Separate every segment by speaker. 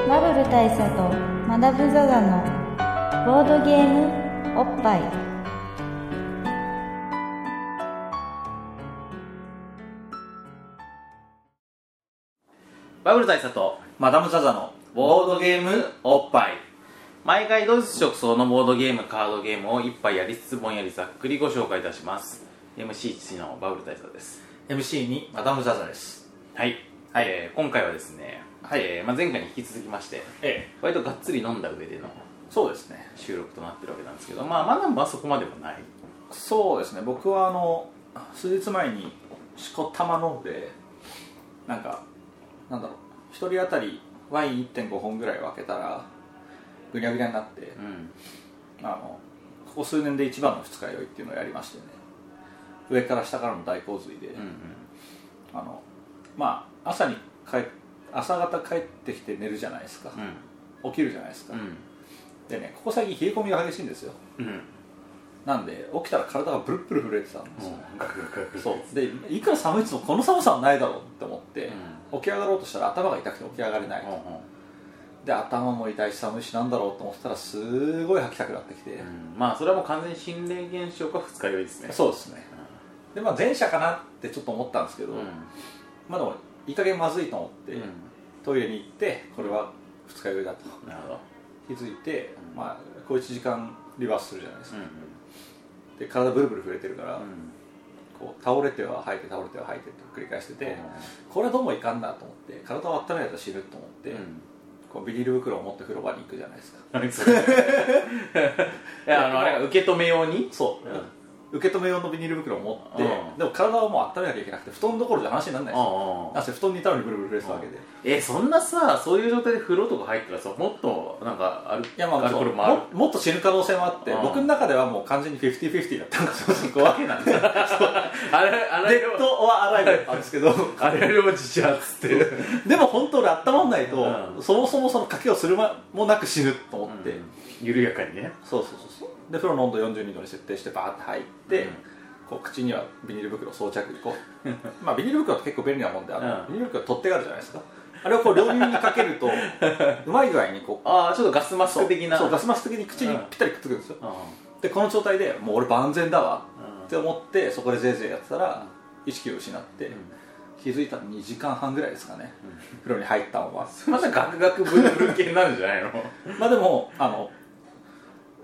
Speaker 1: 大佐とマダム・ザ・ザのボードゲームおっぱい
Speaker 2: バブル大佐と
Speaker 3: マダム・ザ・ザの
Speaker 2: ボードゲームおっぱい毎回同日直送のボードゲームカードゲームを一杯やりつつぼんやりざっくりご紹介いたします MC1 のバブル大佐です
Speaker 3: MC にマダム・ザ・ザです
Speaker 2: はい、
Speaker 3: はい
Speaker 2: えー今回はですね、
Speaker 3: はい
Speaker 2: えーまあ、前回に引き続きまして
Speaker 3: ええ
Speaker 2: 割とがっつり飲んだ上での
Speaker 3: そうですね
Speaker 2: 収録となってるわけなんですけどまあマナムはそこまでもない
Speaker 3: そうですね僕はあの数日前にしこたま飲んでなんかなんだろう一人当たりワイン1.5本ぐらいを開けたらぐにゃぐにゃになって
Speaker 2: うん
Speaker 3: あのここ数年で一番の二日酔いっていうのをやりましてね上から下からの大洪水で、
Speaker 2: うんうん
Speaker 3: あのまあ朝に帰っ朝方帰ってきて寝るじゃないですか、起きるじゃないですか、
Speaker 2: う
Speaker 3: でねここ最近冷え込みが激しいんですよ
Speaker 2: んうん
Speaker 3: なんで起きたら体がブルッブル震えてたんですよ、
Speaker 2: ガクガクガク
Speaker 3: そうでいくら寒いっつってもこの寒さはないだろうって思って、
Speaker 2: う
Speaker 3: 起き上がろうとしたら頭が痛くて起き上がれない、
Speaker 2: ほうほ
Speaker 3: で頭も痛いし寒いしなんだろうと思ってたらすごい吐きたくなってきて、
Speaker 2: ううんまあそれはもう完全に心霊現象か二日酔いですね
Speaker 3: そうですね、でまあ前者かなってちょっと思ったんですけど、
Speaker 2: うん
Speaker 3: まあでもいい加減まずいと思って、
Speaker 2: うん
Speaker 3: トイレに行ってこれは二日酔いだと
Speaker 2: なるほど
Speaker 3: 気づいて、
Speaker 2: うん
Speaker 3: まあ小一時間リバースするじゃないです
Speaker 2: う
Speaker 3: か、
Speaker 2: ん
Speaker 3: で体ブルブル震えてるから、
Speaker 2: うん
Speaker 3: こう倒れては吐いて倒れては吐いてって繰り返してて、これはどうもいかんなと思って体を温めないと死ぬと思って、
Speaker 2: うん
Speaker 3: こうビニール袋を持って風呂場に行くじゃないですか
Speaker 2: 何それいやあのあれが受け止めように
Speaker 3: そう、
Speaker 2: うん
Speaker 3: 受け止め用のビニール袋を持って、
Speaker 2: うん
Speaker 3: でも体をもう温めなきゃいけなくて布団どころじゃ話にならないですよ、
Speaker 2: あ
Speaker 3: なんせ布団にいたのにブルブル震えてたわけで、い
Speaker 2: えそんなさそういう状態で風呂とか入ったらさもっとなんかある
Speaker 3: やまあ
Speaker 2: アル
Speaker 3: そ
Speaker 2: コー
Speaker 3: う
Speaker 2: ル
Speaker 3: も
Speaker 2: もある
Speaker 3: もっと死ぬ可能性もあって、
Speaker 2: うん
Speaker 3: 僕の中ではもう完全に50-50だったんですよそ こはデッ
Speaker 2: あれあれ
Speaker 3: ドはアライブなんですけど
Speaker 2: あれよりも自社っつって
Speaker 3: でも本当俺温まんないと、
Speaker 2: うん
Speaker 3: そもそもその賭けをする間もなく死ぬと思って、
Speaker 2: うん緩やかにね
Speaker 3: そうそうそうそうで風呂の温度42度に設定してバーって入って、
Speaker 2: うん
Speaker 3: こう口にはビニール袋装着こ うまあビニール袋って結構便利なもんであの、
Speaker 2: うん
Speaker 3: ビニール袋取っ手があるじゃないですかあれをこう両耳にかけ るとうまい具合にこう
Speaker 2: ああちょっとガスマスク的な
Speaker 3: そうガスマスク的に口
Speaker 2: う
Speaker 3: に
Speaker 2: ん
Speaker 3: ぴったりくっつくんですよ、
Speaker 2: うん
Speaker 3: でこの状態でもう俺万全だわ
Speaker 2: うん
Speaker 3: って思ってそこでぜいぜいやってたら、意識を失って、
Speaker 2: ん
Speaker 3: 気づいたら2時間半ぐらいですかね、風呂に入ったま
Speaker 2: ま
Speaker 3: ま
Speaker 2: だガクガクブルブル系になるんじゃないの
Speaker 3: まあでもあの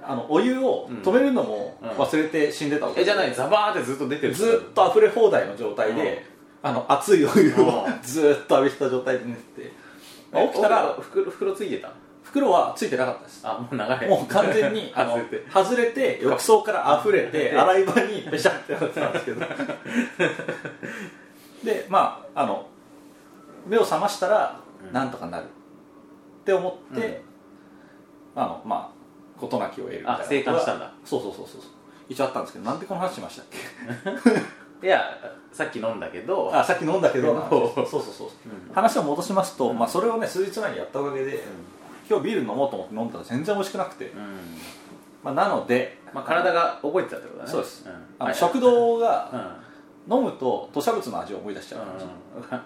Speaker 3: あのお湯を止めるのも
Speaker 2: うん
Speaker 3: 忘れて死んでたわけ
Speaker 2: えじゃないザバーってずっと出てる
Speaker 3: ずっと溢れ放題の状態で、あの熱いお湯を
Speaker 2: うん
Speaker 3: ずっと浴びた状態で寝てて、まあ
Speaker 2: え
Speaker 3: 起きたら
Speaker 2: 袋袋ついてた
Speaker 3: 袋はついてなかったです
Speaker 2: あもう長い
Speaker 3: もう完全にあ の
Speaker 2: 外れて
Speaker 3: 外れて浴槽から溢れて
Speaker 2: うん
Speaker 3: 洗い場にべしゃってなってたんですけ どでまああの目を覚ましたら
Speaker 2: うん
Speaker 3: なんとかなるって思って、
Speaker 2: うん
Speaker 3: あのまあ事なきを得るみたいな
Speaker 2: あ生還したんだ
Speaker 3: そうそうそうそう一応あったんですけどなんでこの話しましたっけ
Speaker 2: いやさっき飲んだけど
Speaker 3: あさっき飲んだけど
Speaker 2: うん
Speaker 3: そうそうそう、
Speaker 2: う
Speaker 3: 話を戻しますと、まあ、それをね数日前にやったおかげで、今日ビール飲もうと思って飲んだら全然美味しくなくて、
Speaker 2: うん
Speaker 3: まあ、なので、
Speaker 2: まあ、体が覚えてたってことだね
Speaker 3: そうです
Speaker 2: ん
Speaker 3: あ
Speaker 2: は
Speaker 3: の
Speaker 2: い
Speaker 3: 食堂
Speaker 2: う
Speaker 3: が
Speaker 2: ん
Speaker 3: 飲むと土砂物の味を思い出しちゃう、
Speaker 2: うん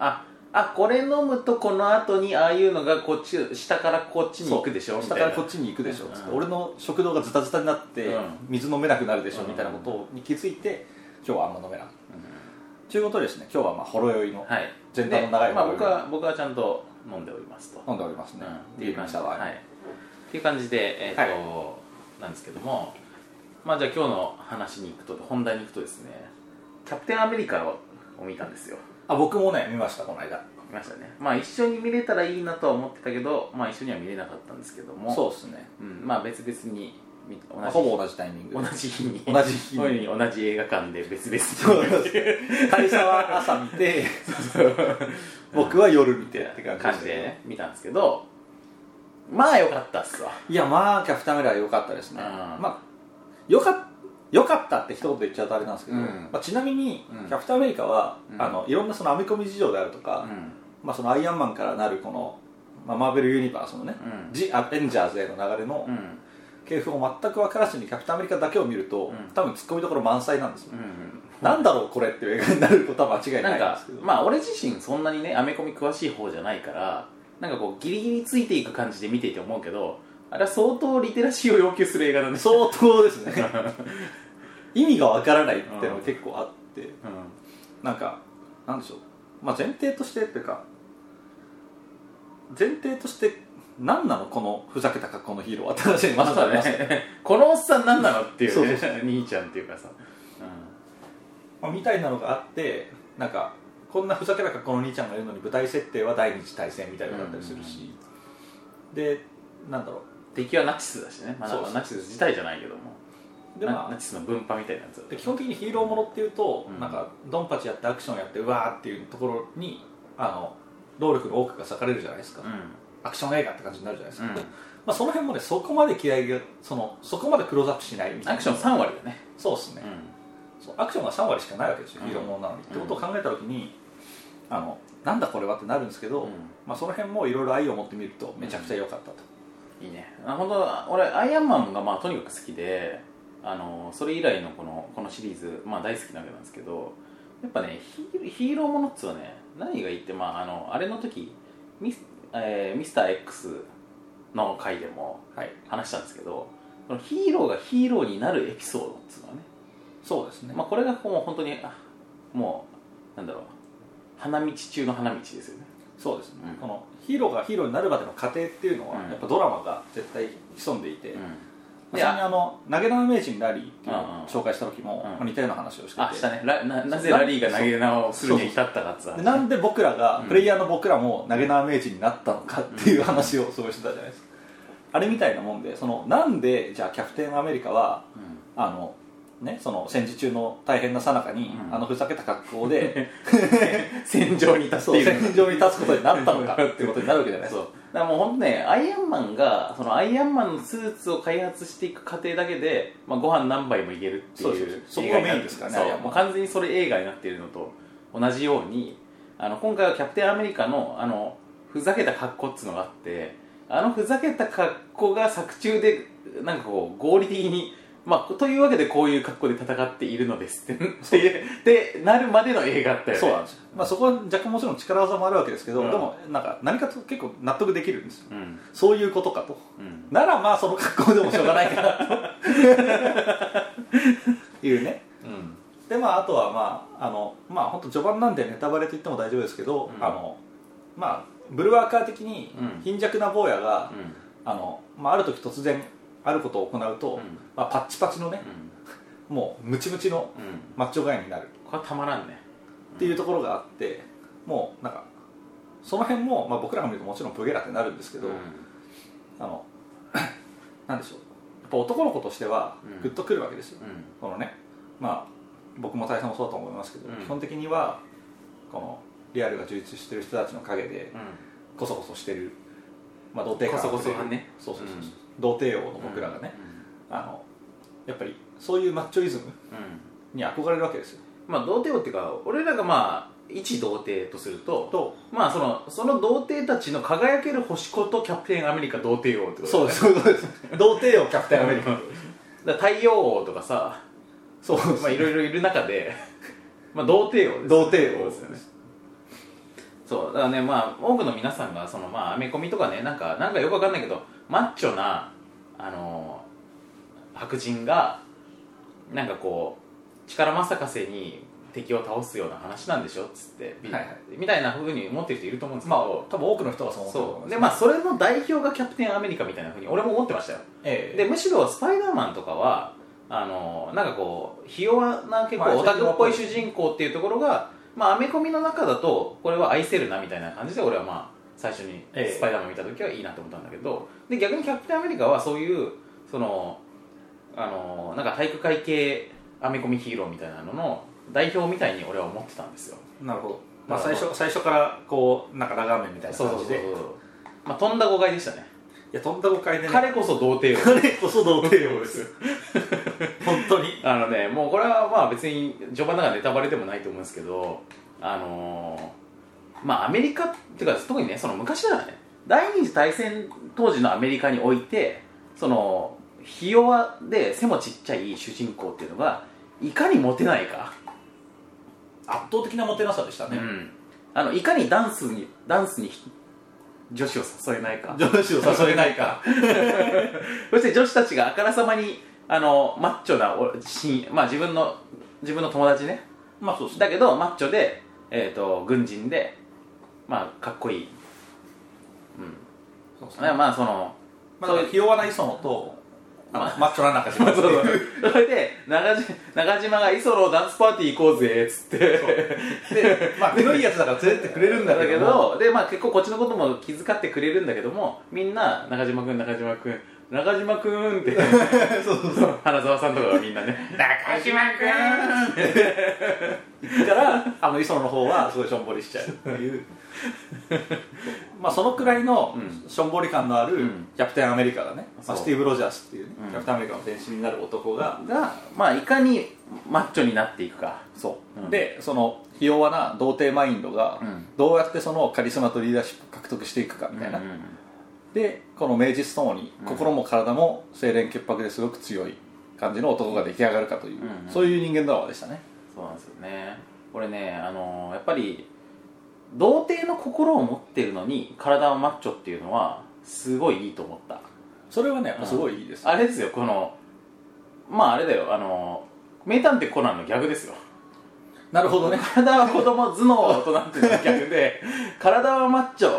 Speaker 2: ああこれ飲むとこの後にああいうのがこっち下からこっちに行くでしょみ
Speaker 3: 下
Speaker 2: たい
Speaker 3: か
Speaker 2: な
Speaker 3: らこっちに行くでしょ、つって
Speaker 2: うん
Speaker 3: 俺の食堂がズタズタになって、
Speaker 2: うん
Speaker 3: 水飲めなくなるでし
Speaker 2: う
Speaker 3: ょ、
Speaker 2: ん
Speaker 3: みたいなことに気づいて今日はあんま飲めなかったということでですね今日はまあほろ酔いの、
Speaker 2: はい
Speaker 3: 全体の長い
Speaker 2: でまあ、僕は僕はちゃんと飲んでおりますと
Speaker 3: 飲んでおりますね、ビールのシャワーに、
Speaker 2: はいっていう感じでえっ、と、なんですけどもまあじゃあ今日の話に行くと本題に行くとですねキャプテンアメリカを見たんですよ
Speaker 3: あ僕もね見ましたこの間
Speaker 2: 見ましたねまあ一緒に見れたらいいなとは思ってたけどまあ一緒には見れなかったんですけども
Speaker 3: そうですね
Speaker 2: うん、まあ別々に見同
Speaker 3: まあほぼ同じタイミングで
Speaker 2: 同じ日に
Speaker 3: 同じ日
Speaker 2: そ
Speaker 3: に
Speaker 2: ういうふうに同じ映画館で別
Speaker 3: そう
Speaker 2: 々に
Speaker 3: なんです会社は朝見て僕は夜見てって感
Speaker 2: 感
Speaker 3: じ
Speaker 2: じ
Speaker 3: で
Speaker 2: で、ね、見たんですけどまあ良かったっすわ
Speaker 3: いやまあキャプテンアメリカは良かったですね、
Speaker 2: うん
Speaker 3: まあよか良かったって一言言っちゃうとあれなんですけど、
Speaker 2: うん
Speaker 3: まあ、ちなみに、
Speaker 2: うん
Speaker 3: キャプテンアメリカは、
Speaker 2: うん
Speaker 3: あのいろんなその編み込み事情であるとか、
Speaker 2: ん
Speaker 3: まあ、そのアイアンマンからなるこの、まあ、マーベル・ユニバースのね、
Speaker 2: うん
Speaker 3: ジ・アベンジャーズへの流れの
Speaker 2: うん
Speaker 3: 系譜を全く分からずにキャプテンアメリカだけを見ると、
Speaker 2: うん
Speaker 3: 多分ツッコミどころ満載なんですよ、
Speaker 2: うん
Speaker 3: なんだろうこれっていう映画になることは間違い
Speaker 2: な
Speaker 3: なんいんで
Speaker 2: か
Speaker 3: すけど
Speaker 2: まあ俺自身そんなにねアメコミ詳しい方じゃないからなんかこうギリギリついていく感じで見ていて思うけどあれは相当リテラシーを要求する映画だね
Speaker 3: 相当で すね意味がわからないっていうのが結構あって、
Speaker 2: う
Speaker 3: なんかなんでしょう、まあ、前提としてっていうか前提として何なのこのふざけた格好のヒーローはって話に
Speaker 2: ん、
Speaker 3: ま
Speaker 2: ま
Speaker 3: ず
Speaker 2: だ
Speaker 3: なりますね、
Speaker 2: ねこのおっさんなんなのっていうね
Speaker 3: そうそうそう
Speaker 2: 兄ちゃんっていうかさ、
Speaker 3: まあみたいなのがあってなんかこんなふざけた格好の兄ちゃんがいるのに舞台設定は第二次大戦みたいなのだったりするし、でなんだろ
Speaker 2: うん、敵はナチスだしね、まあ、
Speaker 3: そうそう
Speaker 2: ナチス自体じゃないけども
Speaker 3: うで,、
Speaker 2: なナ
Speaker 3: ま
Speaker 2: チスの分派みたいなやつだ
Speaker 3: あ、で基本的にヒーローものっていうと、
Speaker 2: うん
Speaker 3: なんかドンパチやってアクションやってうわーっていうところにあの労力の多くが割かれるじゃないですか、
Speaker 2: うん
Speaker 3: アクション映画って感じになるじゃないですか、
Speaker 2: うん
Speaker 3: まあ、その辺もねそこまで気合いがそのそこまでクローズアップしないみた
Speaker 2: ア
Speaker 3: いな
Speaker 2: クション3割だね、
Speaker 3: そうですね、そうアクションが3割しかないわけですよ、
Speaker 2: うん
Speaker 3: ヒーローものなのに、ってことを考えた時にあのなんだこれはってなるんですけど、
Speaker 2: うん
Speaker 3: まあ、その辺もいろいろ愛を持ってみるとめちゃくちゃ良かったと、
Speaker 2: いいねあ本当俺アイアンマンがまあとにかく好きであのそれ以来のこのこのシリーズ、まあ、大好きなわけなんですけどやっぱねヒーヒーローものっつうのはね何がいいって、まあ、あのあれの時ミス,、えー、ミスター X の回でも
Speaker 3: はい
Speaker 2: 話したんですけどこのヒーローがヒーローになるエピソードっつうのはね
Speaker 3: そうですね、
Speaker 2: まあ、これがもう本当にあもうなんだろう花道中の花道ですよね
Speaker 3: そうですね、
Speaker 2: うん
Speaker 3: このヒーローがヒーローになるまでの過程っていうのは、
Speaker 2: うん
Speaker 3: やっぱドラマが絶対潜んでいて、ま
Speaker 2: い
Speaker 3: あそれに
Speaker 2: や
Speaker 3: あの投げ縄名人ラリーっていうの
Speaker 2: うんうん
Speaker 3: を紹介した時も、
Speaker 2: うん
Speaker 3: まあ似たような話をしてて、
Speaker 2: あしたねラななぜラリーが投げ縄をするに至ったかっつう話
Speaker 3: でなんで僕らが、
Speaker 2: うん
Speaker 3: プレイヤーの僕らも投げ縄名人になったのかっていう話をそうしてたじゃないですか、あれみたいなもんでそのなんでじゃあキャプテンアメリカは
Speaker 2: うん
Speaker 3: あのねその戦時中の大変な最中に、
Speaker 2: うん
Speaker 3: あのふざけた格好 で
Speaker 2: 戦場に立って
Speaker 3: そう
Speaker 2: いる
Speaker 3: 戦場に立つことになったのかっていうことになるわけじゃな いです
Speaker 2: そう
Speaker 3: か
Speaker 2: だからもう本当ねアイアンマンがそのアイアンマンのスーツを開発していく過程だけで、まあ、ご飯何杯もいけるっていう
Speaker 3: そうそうそうそこが
Speaker 2: 映画になって
Speaker 3: メインですからね
Speaker 2: そう
Speaker 3: アイアンマン
Speaker 2: もう完全にそれ映画になっているのと同じようにあの今回はキャプテンアメリカのあのふざけた格好っつうのがあってあのふざけた格好が作中でなんかこう合理的にまあ、というわけでこういう格好で戦っているのですってっていうでなるまでの映画だったよね
Speaker 3: そうなんですよ、まあ、そこは若干もちろん力技もあるわけですけど、
Speaker 2: うん
Speaker 3: でもなんか何かと結構納得できるんですよ
Speaker 2: うん
Speaker 3: そういうことかと
Speaker 2: うん
Speaker 3: ならまあその格好でもしょうがないかな というね
Speaker 2: うん
Speaker 3: でまあ、あとはまああのまあ本当序盤なんでネタバレと言っても大丈夫ですけど、
Speaker 2: うん
Speaker 3: あのまあブルワーカー的に
Speaker 2: うん
Speaker 3: 貧弱な坊やが、
Speaker 2: うん
Speaker 3: あのまあ、ある時突然あることを行うと、
Speaker 2: うん
Speaker 3: まあ、パッチパチのね、もうムチムチの
Speaker 2: うん、
Speaker 3: マッチョガイになる
Speaker 2: これはたまらんね
Speaker 3: っていうところがあって、もうなんかその辺も、まあ、僕らが見るともちろんブゲラってなるんですけど、
Speaker 2: う
Speaker 3: あの なんでしょうやっぱ男の子としては
Speaker 2: うん
Speaker 3: グッとくるわけですよ、
Speaker 2: んうん
Speaker 3: このねまあ僕も大佐もそうだと思いますけど、
Speaker 2: うん
Speaker 3: 基本的にはこのリアルが充実してる人たちの陰でこそこそしてる、まあ、童貞感
Speaker 2: こそこそ派ね
Speaker 3: そうそうそうそう
Speaker 2: うん
Speaker 3: 童貞王の僕らがね、あのやっぱりそういうマッチョイズム
Speaker 2: うん、うん
Speaker 3: に憧れるわけですよ
Speaker 2: まあ童貞をっていうか俺らがまあ一童貞とすると
Speaker 3: と
Speaker 2: まあそのその童貞たちの輝ける星子とキャプテンアメリカ童貞王ってこと
Speaker 3: そうですそうです 童貞王キャプテンアメリカ
Speaker 2: だから太陽王とかさ
Speaker 3: そうです、
Speaker 2: まあいろいろいる中でまあ童貞王です
Speaker 3: 童貞王
Speaker 2: ですよねそうだからねまあ多くの皆さんがそのまあアメコミとかねなんかなんかよくわかんないけどマッチョなあのー白人がなんかこう力まさかせに敵を倒すような話なんでしょっつって、み
Speaker 3: はいはい
Speaker 2: みたいなふうに思ってる人いると思うんですけ
Speaker 3: まあ
Speaker 2: ど、
Speaker 3: 多分多くの人がそう思ってると
Speaker 2: そ
Speaker 3: 思いうます
Speaker 2: でまあそれの代表がキャプテンアメリカみたいなふうに俺も思ってましたよ
Speaker 3: ええ
Speaker 2: でむしろスパイダーマンとかはあのなんかこうひ弱な結構オタクっぽい主人公っていうところが、まあ、アメコミの中だとこれは愛せるなみたいな感じで俺はまあ最初に
Speaker 3: ええ
Speaker 2: スパイダーマン見た時はいいなと思ったんだけどで逆にキャプテンアメリカはそういうそのあのなんか体育会系アメコミヒーローみたいなのの代表みたいに俺は思ってたんですよ
Speaker 3: なるほど、まあ、
Speaker 2: なるほ
Speaker 3: 最
Speaker 2: ど
Speaker 3: 初最初からこうなんかラガーメンみたいな
Speaker 2: そうそう
Speaker 3: 感
Speaker 2: そう
Speaker 3: じ
Speaker 2: そう
Speaker 3: で
Speaker 2: まあ、飛んだ誤解でしたね
Speaker 3: いやとんだ誤解でね
Speaker 2: 彼こそ童貞を
Speaker 3: 彼こそ童貞王ですよ 本当に
Speaker 2: あのね、もうこれはまあ別に序盤だからネタバレでもないと思うんですけど、あのーまあアメリカっていうか、特にね、その昔だね、第二次大戦当時のアメリカにおいて、その、ひ弱で背もちっちゃい主人公っていうのが、いかにモテないか、
Speaker 3: 圧倒的なモテなさでしたね、
Speaker 2: うんあのいかにダンスに、ダンスに女子を誘えないか
Speaker 3: 上司を誘えないか
Speaker 2: そして女子たちがあからさまにあのマッチョなお親まあ自分の自分の友達ね
Speaker 3: まあそうですね
Speaker 2: だけどマッチョで、えー、と軍人でまあかっこいい、うん
Speaker 3: そうです
Speaker 2: だか
Speaker 3: ね
Speaker 2: らまあそ の
Speaker 3: まあ、だからひ弱な磯野と、あのマッチョな中島
Speaker 2: そうそ
Speaker 3: って
Speaker 2: う
Speaker 3: い う
Speaker 2: それで中島中島が「磯野ダンスパーティー行こうぜ」っつって
Speaker 3: で、まあ、黒いやつだから連れてってくれるんだ
Speaker 2: だ
Speaker 3: け
Speaker 2: け
Speaker 3: ども
Speaker 2: どで、まあ、結構こっちのことも気遣ってくれるんだけどもみんな中島君中島君中島君 って花澤さんとかがみんなね
Speaker 3: 中島くんだからあの磯野の方はすごいしょんぼりしちゃうっていう まあそのくらいの
Speaker 2: ん
Speaker 3: しょんぼり感のある
Speaker 2: うん
Speaker 3: キャプテンアメリカだね、
Speaker 2: そう
Speaker 3: まあ、スティーブ・ロジャースっていうね、
Speaker 2: うん
Speaker 3: キャプテンアメリカの天使になる男が
Speaker 2: が、まあ、いかにマッチョになっていくか
Speaker 3: そう、
Speaker 2: うん
Speaker 3: でそのひ弱な童貞マインドが
Speaker 2: うん
Speaker 3: どうやってそのカリスマとリーダーシップを獲得していくかみたいな、
Speaker 2: うんうん
Speaker 3: でこの名実ともに
Speaker 2: うん
Speaker 3: 心も体も清廉潔白ですごく強い感じの男が出来上がるかという、
Speaker 2: うんうん
Speaker 3: そういう人間ドラマでしたね
Speaker 2: そうなんですよね俺ねあのーやっぱり童貞の心を持ってるのに体はマッチョっていうのはすごいいいと思った
Speaker 3: それはねやっぱすごいいいです、
Speaker 2: あれですよこのまああれだよあのー名探偵コナンの逆ですよ
Speaker 3: なるほどね
Speaker 2: 体は子供頭脳は大人っていうのが逆で体はマッチョ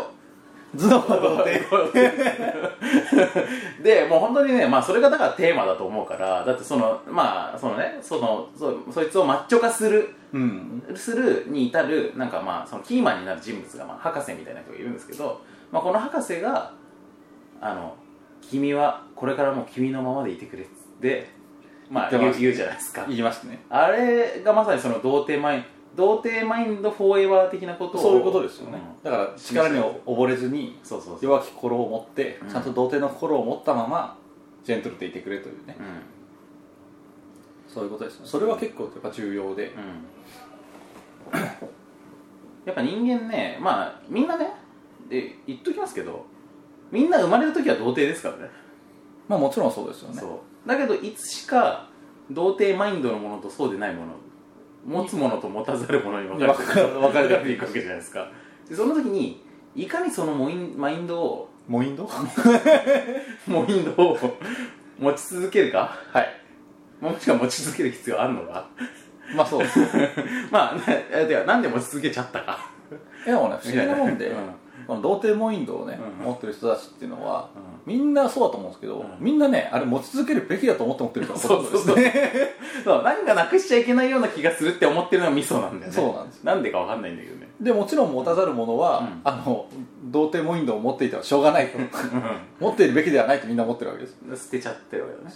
Speaker 3: 頭脳は童貞
Speaker 2: でもう本当にね、まあ、それがだからテーマだと思うからだってそのまあそのねそのそそいつをマッチョ化する
Speaker 3: うん
Speaker 2: するに至るなんかまあそのキーマンになる人物が、まあ、博士みたいな人がいるんですけど、まあ、この博士があの「君はこれからも君のままでいてくれ」っつって、まあ、
Speaker 3: 言
Speaker 2: 言
Speaker 3: ってま
Speaker 2: う
Speaker 3: す
Speaker 2: 言うじゃないですか
Speaker 3: 言いますね
Speaker 2: あれがまさにその童貞マイン童貞マインドフォーエバー的なことを
Speaker 3: そういうことですよね、
Speaker 2: うん
Speaker 3: だから力に溺れずに
Speaker 2: そうそうそう、
Speaker 3: 弱き心を持って
Speaker 2: うん
Speaker 3: ちゃんと童貞の心を持ったままジェントルでいてくれというね、
Speaker 2: うん
Speaker 3: そういうことですねそれは結構やっぱ重要で、
Speaker 2: うん、やっぱ人間ねまあみんなねで言っときますけどみんな生まれる時は童貞ですからね
Speaker 3: まあもちろんそうですよね
Speaker 2: そうだけどいつしか童貞マインドのものとそうでないもの持つものと持たざるものに分かれて
Speaker 3: 分かれ分かれて
Speaker 2: 分かれていくわけじゃないですかでその時にいかにそのモインマインドを
Speaker 3: モインドは
Speaker 2: モインドを持ち続けるか
Speaker 3: い
Speaker 2: もしくは持ち続ける必要あるのか
Speaker 3: まあそうです ね
Speaker 2: まあなではなんで持ち続けちゃったか
Speaker 3: でもね不思議なもんで、
Speaker 2: うん
Speaker 3: この童貞モインドをね、
Speaker 2: うん
Speaker 3: 持ってる人たちっていうのは、
Speaker 2: う
Speaker 3: みんなそうだと思うんですけど、
Speaker 2: うん
Speaker 3: みんなねあれ持ち続けるべきだと思って持ってる人がほとんどです
Speaker 2: そうそう
Speaker 3: ね
Speaker 2: そう何かなくしちゃいけないような気がするって思ってるのがミソなんだよね
Speaker 3: そうなんです
Speaker 2: なんでかわかんないんだけどね
Speaker 3: でもちろん持たざる者は、
Speaker 2: うん
Speaker 3: あの童貞モインドを持っていてはしょうがないと持っているべきではないとみんな思ってるわけです
Speaker 2: 捨てちゃってるわよね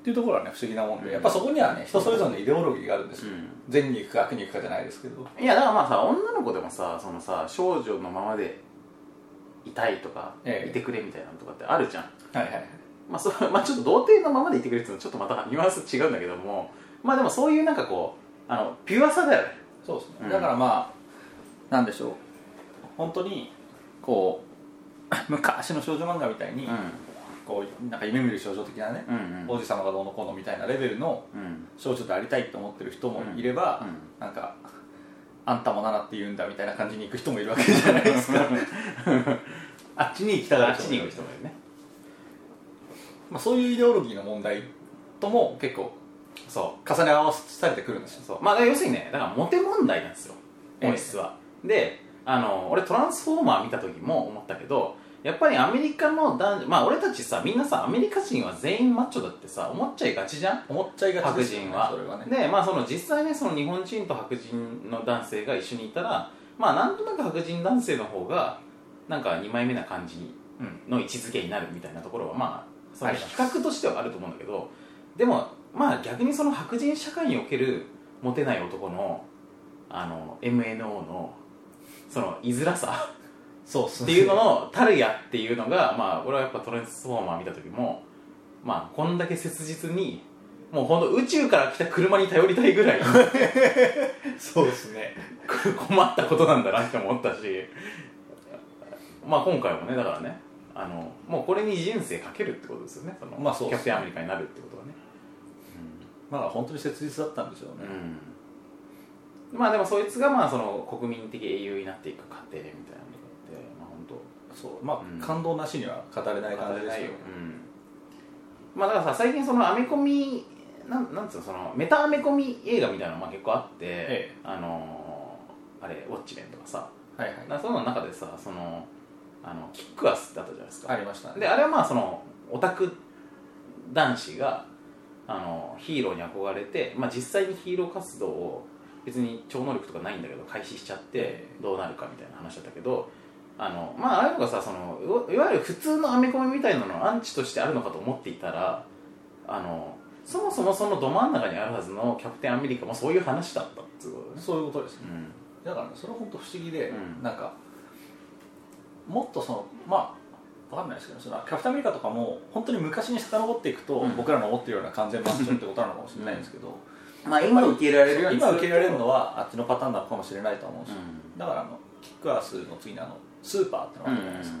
Speaker 3: っていうところはね不思議なもんで、
Speaker 2: うん
Speaker 3: やっぱそこにはね人それぞれのイデオロギーがあるんですよ、
Speaker 2: うん
Speaker 3: 善に行くか悪に行くかじゃないですけど
Speaker 2: いやだからまあさ女の子でもさそのさ少女のままでいたいとか、
Speaker 3: ええ
Speaker 2: いてくれみたいなのとかってあるじゃん、
Speaker 3: はいはい
Speaker 2: まあ、それまあちょっと童貞のままでいてくれっていうのはちょっとまたニュアンス違うんだけどもまあでもそういうなんかこうあのピュアさだよね
Speaker 3: そうですね、
Speaker 2: うん
Speaker 3: だからまあなんでしょう本当にこう 昔の少女漫画みたいに、こうなんか夢見る少女的なね、
Speaker 2: うんうん
Speaker 3: 王子様がどうのこうのみたいなレベルの
Speaker 2: うん
Speaker 3: 少女でありたいと思ってる人もいれば、
Speaker 2: うんうん
Speaker 3: なんかあんたもナナって言うんだみたいな感じに行く人もいるわけじゃないですか あっちに行きたが
Speaker 2: あ
Speaker 3: る
Speaker 2: っち
Speaker 3: 人もい
Speaker 2: に
Speaker 3: る
Speaker 2: 行く人もいるね
Speaker 3: まあ、そういうイデオロギーの問題とも結構
Speaker 2: そう
Speaker 3: 重ね合わされてくるんですよ
Speaker 2: そうまあ要するにねだからモテ問題なんですよ
Speaker 3: ええ
Speaker 2: 本質は、であの俺トランスフォーマー見た時も思ったけどやっぱりアメリカの男女まあ俺たちさみんなさアメリカ人は全員マッチョだってさ思っちゃいがちじゃん
Speaker 3: 思っちゃいがち
Speaker 2: 白
Speaker 3: ですよ
Speaker 2: 人
Speaker 3: ね
Speaker 2: は
Speaker 3: それはね
Speaker 2: でまあその実際ねその日本人と白人の男性が一緒にいたらまあなんとなく白人男性の方がなんか2枚目な感じ
Speaker 3: うん
Speaker 2: の位置づけになるみたいなところはまあその
Speaker 3: あり
Speaker 2: 比
Speaker 3: ます
Speaker 2: 較としてはあると思うんだけどでもまあ逆にその白人社会におけるモテない男のあの MNO のそのいづらさ
Speaker 3: そうっす
Speaker 2: っ
Speaker 3: ね
Speaker 2: ていうののたるやっていうのがまあ俺はやっぱトランスフォーマー見た時もまあこんだけ切実にもうほんと宇宙から来た車に頼りたいぐらい
Speaker 3: そうですね
Speaker 2: 困ったことなんだなって思ったしまあ今回もねだからねあのもうこれに人生かけるってことですよねその
Speaker 3: まあそう
Speaker 2: キ
Speaker 3: で
Speaker 2: ャプ
Speaker 3: す
Speaker 2: テンアメリカになるってことはね
Speaker 3: まあ本当に切実だったんでしょうね、
Speaker 2: うんまあでもそいつがまあその国民的英雄になっていく過程みたいなのってまあ本当
Speaker 3: そうまあ、
Speaker 2: うん
Speaker 3: 感動なしには語れない感じですけど、
Speaker 2: うん、まあだからさ最近そのアメコミなんなんつうのそのメタアメコミ映画みたいなのが結構あって、
Speaker 3: ええ
Speaker 2: あのーあれウォッチメンとかさ
Speaker 3: はい
Speaker 2: だか
Speaker 3: は
Speaker 2: らその中でさそのあのキックアスってあったじゃないですか、
Speaker 3: いありましたね
Speaker 2: であれはまあそのオタク男子があのヒーローに憧れて、まあ、実際にヒーロー活動を別に超能力とかないんだけど開始しちゃって
Speaker 3: え
Speaker 2: どうなるかみたいな話だったけどあのまあああいうのがさそのいわいわゆる普通のアメコミみたいなののアンチとしてあるのかと思っていたらあのそもそもそのど真ん中にあるはずのキャプテンアメリカもそういう話だったっつうことです、
Speaker 3: そういうことですね
Speaker 2: うん
Speaker 3: だからねそれは本当不思議で、
Speaker 2: うん
Speaker 3: なんかもっとそのまあわかんないですけどそのキャプテンアメリカとかも本当に昔に遡っていくと、
Speaker 2: うん
Speaker 3: 僕らの思ってるような完全マッチョってことなのかもしれないんですけど、
Speaker 2: まあ、今受け入れられるように
Speaker 3: 今受け入れられるの
Speaker 2: は、
Speaker 3: はあっちのパターンなのかもしれないとは思うし、
Speaker 2: う
Speaker 3: だからあのキックアスの次にあのスーパーってのがあ
Speaker 2: ん
Speaker 3: るじゃないですか、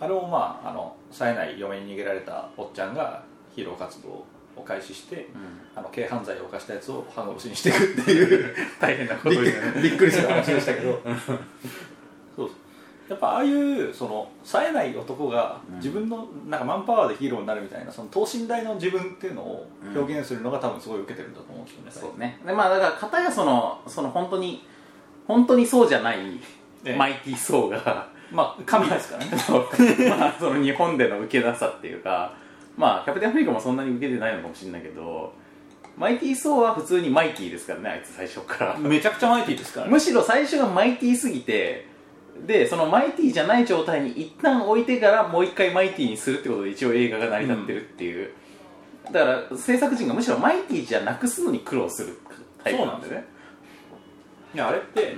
Speaker 3: あれもまああの冴えない嫁に逃げられたおっちゃんがヒーロー活動を開始して
Speaker 2: うんうん
Speaker 3: あの軽犯罪を犯したやつを半殺しにしていくって いう
Speaker 2: 大変なこと
Speaker 3: びっ
Speaker 2: に
Speaker 3: く
Speaker 2: なる
Speaker 3: りびっくりする話でしたけどそうやっぱああいうその冴えない男が
Speaker 2: うん
Speaker 3: 自分のなんかマンパワーでヒーローになるみたいなその等身大の自分っていうのを表現するのが多分すごい受けてるんだと思うんですよね、
Speaker 2: そうねでまあだから片やそのその本当に本当にそうじゃない、
Speaker 3: ええ
Speaker 2: マイティー層が
Speaker 3: まあ神ですからね
Speaker 2: まあその日本での受けなさっていうかまあキャプテンアメリカもそんなに受けてないのかもしれないけどマイティー層は普通にマイティーですからねあいつ最初から
Speaker 3: めちゃくちゃマイティですからね
Speaker 2: むしろ最初がマイティーすぎてでそのマイティーじゃない状態に一旦置いてからもう一回マイティーにするってことで一応映画が成り立ってるっていう、だから制作陣がむしろマイティーじゃなくすのに苦労するタイプなんでね
Speaker 3: いやあれって、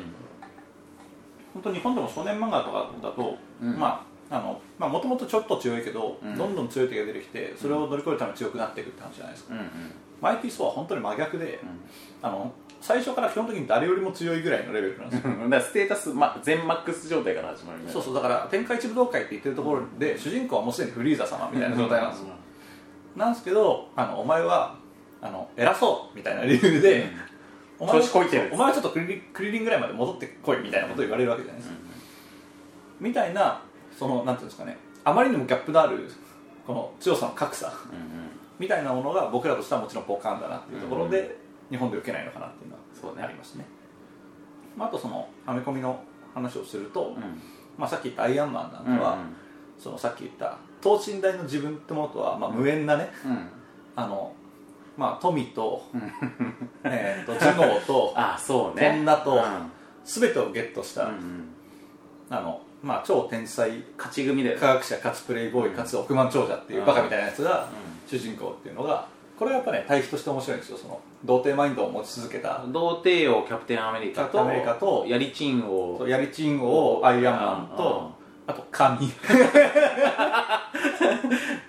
Speaker 3: 本当日本でも少年漫画とかだと、
Speaker 2: うん
Speaker 3: まああのまあもともとちょっと強いけど、
Speaker 2: うん
Speaker 3: どんどん強い敵が出てきてそれを乗り越えるために強くなっていくって話じゃないですか、
Speaker 2: うんうん
Speaker 3: マイティー・ソーは本当に真逆で、あの最初から基本的に誰よりも強いぐらいのレベルなんですよ
Speaker 2: うん、だからステータス、ま、全マックス状態から始まるみたいな
Speaker 3: そうそうだから天下一武道会って言ってるところで、主人公はもうすでにフリーザ様みたいな状態なんですよ、なんですけどあのお前はあの偉そうみたいな理由で、お前は
Speaker 2: 調子こいてる
Speaker 3: お前はちょっとクリリンクリリンぐらいまで戻ってこいみたいなことを言われるわけじゃないですか、みたいなそのなんていうんですかねあまりにもギャップのあるこの強さの格差
Speaker 2: うんうん
Speaker 3: みたいなものが僕らとしてはもちろんポカンだなっていうところで、日本で受けないのかなっていうのは
Speaker 2: そうね
Speaker 3: ありますね、まあ、あとそのアメコミの話をすると、
Speaker 2: うん
Speaker 3: まあ、さっき言ったアイアンマンなんか
Speaker 2: うん
Speaker 3: は、そのさっき言った等身大の自分ってものとは、まあ、無縁なね、
Speaker 2: うん
Speaker 3: あのまあ富と
Speaker 2: うん
Speaker 3: えーと頭脳 と
Speaker 2: あそうね
Speaker 3: 女と
Speaker 2: うん
Speaker 3: 全てをゲットした、
Speaker 2: うんうん
Speaker 3: あのまあ超天才
Speaker 2: 勝ち組だよね
Speaker 3: 科学者かつプレイボーイかつ億万長者っていうバカみたいなやつが主人公っていうのがこれはやっぱね対比として面白いんですよその童貞マインドを持ち続けた
Speaker 2: 童貞王キャプテンアメリカ
Speaker 3: キャプテンアメリカ
Speaker 2: と
Speaker 3: と
Speaker 2: ヤリチン王
Speaker 3: やりチンをアイアンマンとあと神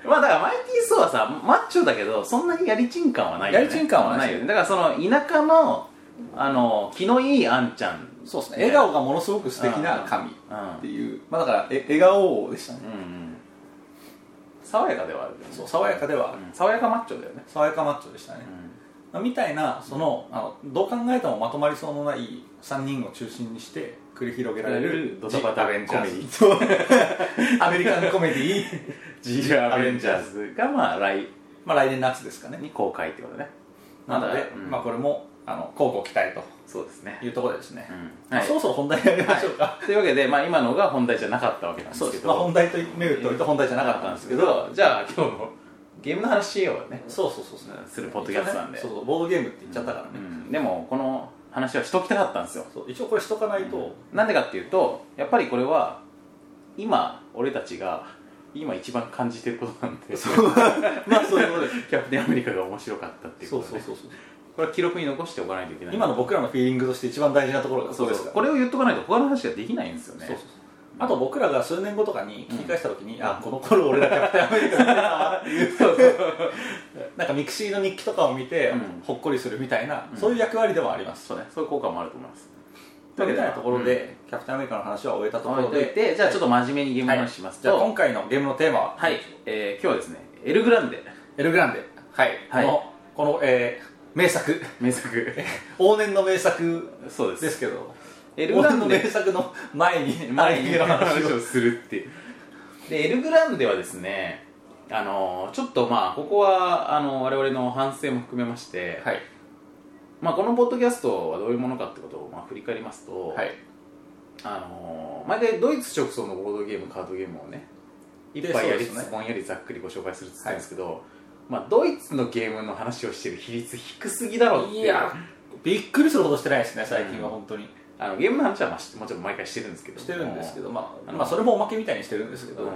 Speaker 2: まあだからマイティー・ソーはさマッチョだけどそんなにやりちん感はないよね
Speaker 3: やりちん感はない
Speaker 2: よねだからその田舎のあの気のいいあんちゃん
Speaker 3: そうですね笑顔がものすごく素敵な神っ
Speaker 2: うん
Speaker 3: ていうまあだからえ笑顔王でしたね
Speaker 2: うんうん爽やかではあるけどね
Speaker 3: そう爽やかではある
Speaker 2: うん爽やかマッチョだよね
Speaker 3: 爽やかマッチョでしたねまあみたいなそのあのどう考えてもまとまりそうもない3人を中心にして繰り広げられる
Speaker 2: ドタバタアベンジャーズ
Speaker 3: ジコメディアメリカンコメディ
Speaker 2: ジーアベンジャーズがまあ来
Speaker 3: まあ来年夏ですかね
Speaker 2: に公開ってことね
Speaker 3: なので、
Speaker 2: うん
Speaker 3: まあこれもあの交互期待
Speaker 2: そうですね
Speaker 3: というところでですね、
Speaker 2: うん
Speaker 3: まあ
Speaker 2: はい
Speaker 3: そろそろ本題やりましょうか、
Speaker 2: というわけでまあ今のが本題じゃなかったわけなんですけど
Speaker 3: まあ本題と目打っておいて本題じゃなかったんですけど、
Speaker 2: じゃあ今日のゲームの話しようよね
Speaker 3: そうそうそうそう
Speaker 2: するポッドキャストなんで
Speaker 3: そうそうボードゲームって言っちゃったからね、
Speaker 2: うんでもこの話はしときたかったんですよ
Speaker 3: そう一応これしとかないと、
Speaker 2: なんでかっていうとやっぱりこれは今俺たちが今一番感じてることなんで
Speaker 3: まあそういうことです
Speaker 2: キャプテンアメリカが面白かったっていう
Speaker 3: そ
Speaker 2: こ
Speaker 3: う
Speaker 2: と
Speaker 3: そう
Speaker 2: ね
Speaker 3: そうそう
Speaker 2: これは記録に残しておかないといけない
Speaker 3: 今の僕らのフィーリングとして一番大事なところが
Speaker 2: そう
Speaker 3: で
Speaker 2: ですすこ
Speaker 3: から
Speaker 2: れを言っとかないと他の話ができないんですよね
Speaker 3: そうそうそうあと僕らが数年後とかに聞き返した時に、あこの頃俺らキャプテンアメリカだったなっていう なんかミクシーの日記とかを見て、
Speaker 2: うん
Speaker 3: ほっこりするみたいな、
Speaker 2: うん
Speaker 3: そういう役割でもあります
Speaker 2: そうねそういう効果もあると思います
Speaker 3: というわけでところ
Speaker 2: うん
Speaker 3: で、キャプテンアメリカの話は終えたとこ
Speaker 2: 置い
Speaker 3: ろ
Speaker 2: とい
Speaker 3: で
Speaker 2: てじゃあちょっと真面目にゲームの
Speaker 3: はい
Speaker 2: 話します
Speaker 3: じゃあ
Speaker 2: と
Speaker 3: 今回のゲームのテーマは、
Speaker 2: はい、えー今日はですねエルグランデ
Speaker 3: エルグランデ、はい
Speaker 2: はい
Speaker 3: このこの、えー名作
Speaker 2: 名作
Speaker 3: 往年の名作
Speaker 2: そうです
Speaker 3: ですけど
Speaker 2: エルグラン
Speaker 3: 往年の名
Speaker 2: デ
Speaker 3: 作の前に
Speaker 2: 前に
Speaker 3: アニメの話
Speaker 2: 話
Speaker 3: を
Speaker 2: をするっていうでエル・グランデはですねあのちょっとまあここはあの我々の反省も含めまして、
Speaker 3: はい
Speaker 2: まあ、このポッドキャストはどういうものかってことをまあ振り返りますと、
Speaker 3: はい
Speaker 2: あの毎回ドイツ直送のボードゲームカードゲームをね
Speaker 3: で
Speaker 2: 一杯やり
Speaker 3: そ
Speaker 2: つ
Speaker 3: うです
Speaker 2: つ
Speaker 3: ね
Speaker 2: ぼんやりざっくりご紹介するっつったんですけど、まあ、ドイツのゲームの話をしてる比率低すぎだろっていう
Speaker 3: いやびっくりするほどしてないですね最近は
Speaker 2: うん
Speaker 3: 本当に、
Speaker 2: あのゲームの話は、まあ、しもちろん毎回してるんですけど
Speaker 3: してるんですけ
Speaker 2: ど、
Speaker 3: ど、まあ、
Speaker 2: あの
Speaker 3: まあそれもおまけみたいにしてるんですけど、
Speaker 2: うん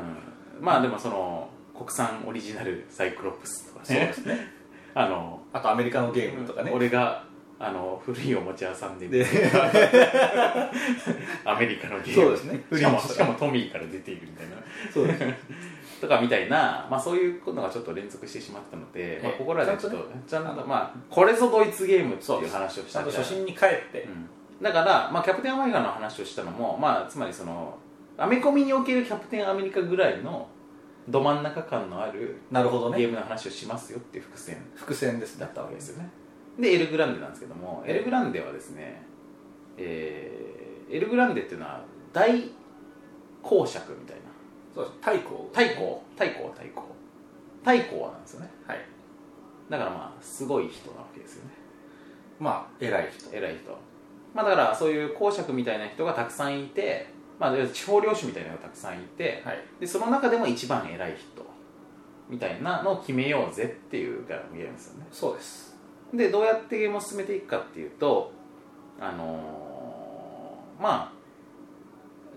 Speaker 2: まあでもその国産オリジナルサイクロプスとか
Speaker 3: そうで
Speaker 2: ね
Speaker 3: すね
Speaker 2: あの
Speaker 3: あとアメリカのゲームとかね、
Speaker 2: 俺があの古いおもちゃ屋さんで
Speaker 3: で
Speaker 2: アメリカのゲーム
Speaker 3: そうですね
Speaker 2: しかも
Speaker 3: 古い
Speaker 2: しかもトミーから出ているみたいな
Speaker 3: そうですね
Speaker 2: とかみたいな、まあ、そういうのがちょっと連続してしまったので、まあ、
Speaker 3: ええ
Speaker 2: ここらでちょっと
Speaker 3: ちゃ
Speaker 2: ちゃんと
Speaker 3: あの
Speaker 2: まあ、これぞドイツゲームって
Speaker 3: そう
Speaker 2: い
Speaker 3: で
Speaker 2: う
Speaker 3: す
Speaker 2: 話をし
Speaker 3: ちゃ
Speaker 2: た
Speaker 3: ん
Speaker 2: みた
Speaker 3: と
Speaker 2: いな
Speaker 3: 初心に帰って、
Speaker 2: うんだから、まあ、キャプテンアメリカの話をしたのも、まあ、つまりそのアメコミにおけるキャプテンアメリカぐらいのど真ん中感のある
Speaker 3: なるほど
Speaker 2: ゲー
Speaker 3: ね
Speaker 2: ムの話をしますよっていう伏線
Speaker 3: 伏線です
Speaker 2: だ
Speaker 3: ね
Speaker 2: ったわけですよねでエル・グランデなんですけどもエル・グランデはですね、えーエル・グランデっていうのは大公爵みたいな
Speaker 3: そうです太鼓を
Speaker 2: 太閤太閤太閤太閤なんですよね
Speaker 3: はい
Speaker 2: だからまあすごい人なわけですよね
Speaker 3: まあ偉い人
Speaker 2: 偉い人まあだからそういう公爵みたいな人がたくさんいてまあ要するに地方領主みたいなのがたくさんいて
Speaker 3: はい
Speaker 2: でその中でも一番偉い人みたいなのを決めようぜっていうゲームですよね
Speaker 3: そうです
Speaker 2: でどうやってゲームを進めていくかっていうとあのーまあ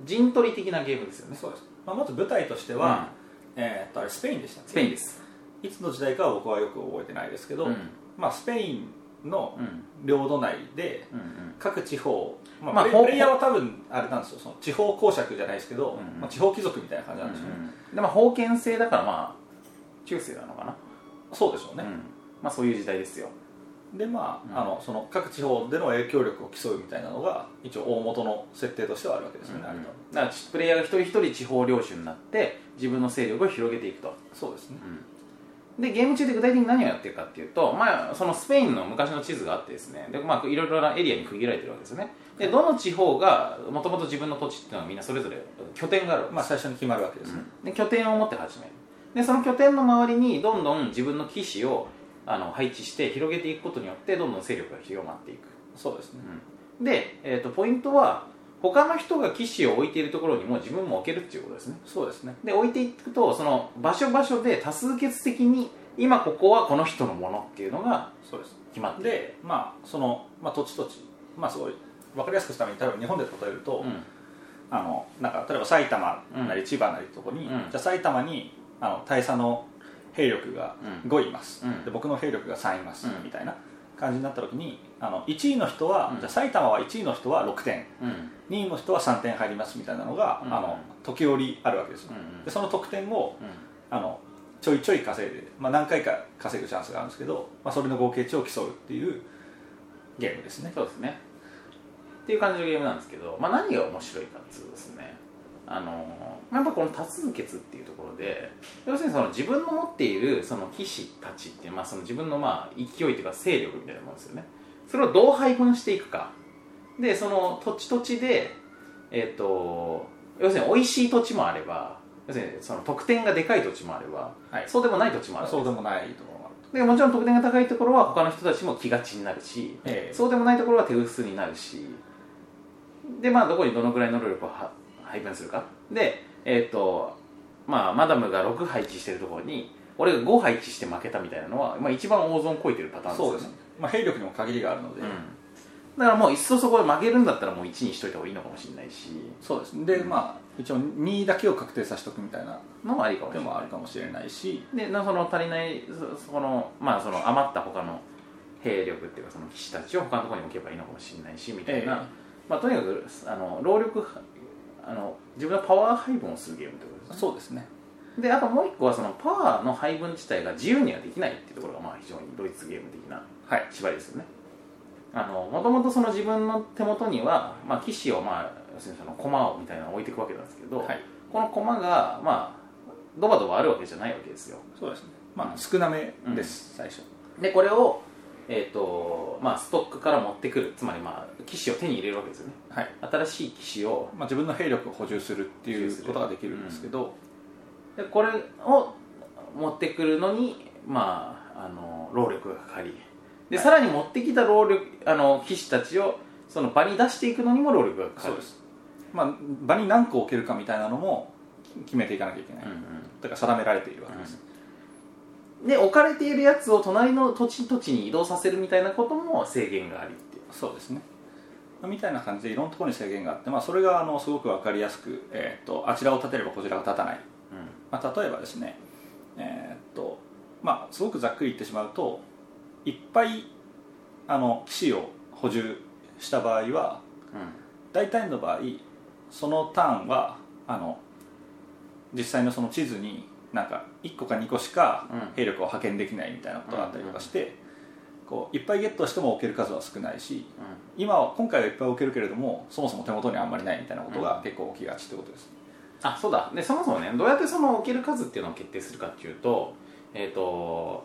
Speaker 2: 陣取り的なゲームですよね
Speaker 3: そうです、まあ、まず舞台としては、えーっとあれスペインでしたっけ
Speaker 2: スペインです
Speaker 3: いつの時代かは僕はよく覚えてないですけど、
Speaker 2: うん
Speaker 3: まあ、スペインの
Speaker 2: うん
Speaker 3: 領土内で
Speaker 2: うんうん
Speaker 3: 各地方、まあ
Speaker 2: まあ
Speaker 3: プレ
Speaker 2: ほう
Speaker 3: プレイヤーは多分あれなんですよその地方公爵じゃないですけど、
Speaker 2: うん
Speaker 3: まあ、地方貴族みたいな感じなんでしょうね、
Speaker 2: でまあ封建制だからまあ中世なのかな、
Speaker 3: そうでしょうね、
Speaker 2: うんまあそういう時代ですよ
Speaker 3: でまあ,、
Speaker 2: うん
Speaker 3: あのその各地方での影響力を競うみたいなのが一応大元の設定としてはあるわけですよね、あれと
Speaker 2: だからプレイヤーが一人一人地方領主になって自分の勢力を広げていくと、
Speaker 3: そうですね
Speaker 2: でゲーム中で具体的に何をやってるかっていうと、まあ、そのスペインの昔の地図があってですねで、まあ、いろいろなエリアに区切られてるわけですよねでどの地方がもともと自分の土地っていうのはみんなそれぞれ拠点があるわけですよ
Speaker 3: まあ最初に決まるわけですね、
Speaker 2: で拠点を持って始めるでその拠点の周りにどんどん自分の騎士をあの配置して広げていくことによってどんどん勢力が広まっていく、
Speaker 3: そうですね、
Speaker 2: うんで、えー、とポイントは他の人が騎士を置いているところにも自分も置けるっていうことですね
Speaker 3: そうですね
Speaker 2: で置いていくとその場所場所で多数決的に今ここはこの人のものっていうのが
Speaker 3: そうです
Speaker 2: 決まってる
Speaker 3: でまあその、まあ、土地土地まあすごい分かりやすくするために多分日本で例えると、
Speaker 2: う
Speaker 3: あのなんか例えば埼玉なり千葉なりとこに、
Speaker 2: うん
Speaker 3: じゃあ埼玉にあの大佐の兵力が
Speaker 2: うん
Speaker 3: 5います、
Speaker 2: うん
Speaker 3: で僕の兵力が3います、
Speaker 2: うん
Speaker 3: みたいな感じになった時にあの1位の人は、
Speaker 2: うん
Speaker 3: じゃあ埼玉は1位の人は6点
Speaker 2: んうん
Speaker 3: 2位の人は3点入りますみたいなのが、
Speaker 2: うん
Speaker 3: あの時折あるわけですよ、
Speaker 2: うん
Speaker 3: でその得点を
Speaker 2: うん
Speaker 3: あのちょいちょい稼いで、まあ、何回か稼ぐチャンスがあるんですけど、まあ、それの合計値を競うっていうゲームですね
Speaker 2: そうですねっていう感じのゲームなんですけど、まあ、何が面白いかっていうとですねあのまあやっぱこの多数決っていうところで要するにその自分の持っているその騎士たちっていう、まあ、その自分のまあ勢いというか勢力みたいなものですよねそれをどう配分していくかでその土地土地でえっ、と要するに美味しい土地もあれば要するにその得点がでかい土地もあれば、
Speaker 3: はい
Speaker 2: そうでもない土地もあるわけです
Speaker 3: そうでもないところもある
Speaker 2: でもちろん得点が高いところは他の人たちも気がちになるし、
Speaker 3: ええ
Speaker 2: そうでもないところは手薄になるしでまあどこにどのぐらいの労力をは配分するかでえっ、とまあマダムが6配置してるところに俺が5配置して負けたみたいなのは、まあ、一番大損こいてるパターンです
Speaker 3: そ
Speaker 2: よ
Speaker 3: う
Speaker 2: ね
Speaker 3: ですね、まあ、兵力にも限りがあるので、
Speaker 2: うん、だからもういっそそこで負けるんだったらもう1にしといた方がいいのかもしれないし
Speaker 3: そうですねで、
Speaker 2: うん
Speaker 3: まあ一応2位だけを確定させておくみたいな
Speaker 2: のもありかもし
Speaker 3: 手
Speaker 2: れない
Speaker 3: もあるかもしれないし
Speaker 2: でなその足りないそそこの,、まあ、その余った他の兵力っていうかその騎士たちを他のところに置けばいいのかもしれないしみたいな、
Speaker 3: え
Speaker 2: まあ、とにかくあの労力あの自分のパワー配分をするゲームってことですね
Speaker 3: そうですね
Speaker 2: であともう一個はそのパワーの配分自体が自由にはできないっていうところがまあ非常にドイツゲーム的な
Speaker 3: はい
Speaker 2: 縛りですよねあのもともとその自分の手元には、まあ、騎士をまあ要するにその駒をみたいなのを置いていくわけなんですけど、
Speaker 3: はい
Speaker 2: この駒がまあドバドバあるわけじゃないわけですよ
Speaker 3: そうですねまあ少なめです、最初
Speaker 2: でこれを、えーとまあ、ストックから持ってくるつまり、まあ、機種を手に入れるわけですよね
Speaker 3: はい、
Speaker 2: 新しい機種を
Speaker 3: まあ、自分の兵力を補充するっていうことができるんですけど、
Speaker 2: でこれを持ってくるのにまああの労力がかかりで、さらに持ってきた労力あの騎士たちをその場に出していくのにも労力がかかる
Speaker 3: そうです、まあ、場に何個置けるかみたいなのも決めていかなきゃいけない、
Speaker 2: うんう
Speaker 3: だ
Speaker 2: ん
Speaker 3: から定められているわけです、
Speaker 2: で置かれているやつを隣の土地土地に移動させるみたいなことも制限がありっていう
Speaker 3: そうですねみたいな感じでいろんなところに制限があって、まあ、それがあのすごく分かりやすく、えー、とあちらを立てればこちらが立たない、まあ、例えばですねえーっとまあすごくざっくり言ってしまうといっぱいあの騎士を補充した場合は
Speaker 2: うん
Speaker 3: 大体の場合そのターンはあの実際のその地図になんか1個か2個しか
Speaker 2: うん
Speaker 3: 兵力を派遣できないみたいなことがあったりとかして、こういっぱいゲットしても置ける数は少ないし今は今回はいっぱい置けるけれどもそもそも手元にあんまりないみたいなことが結構起きがちってことです、
Speaker 2: あそうだでそもそもねどうやってその置ける数っていうのを決定するかっていうとえっ、と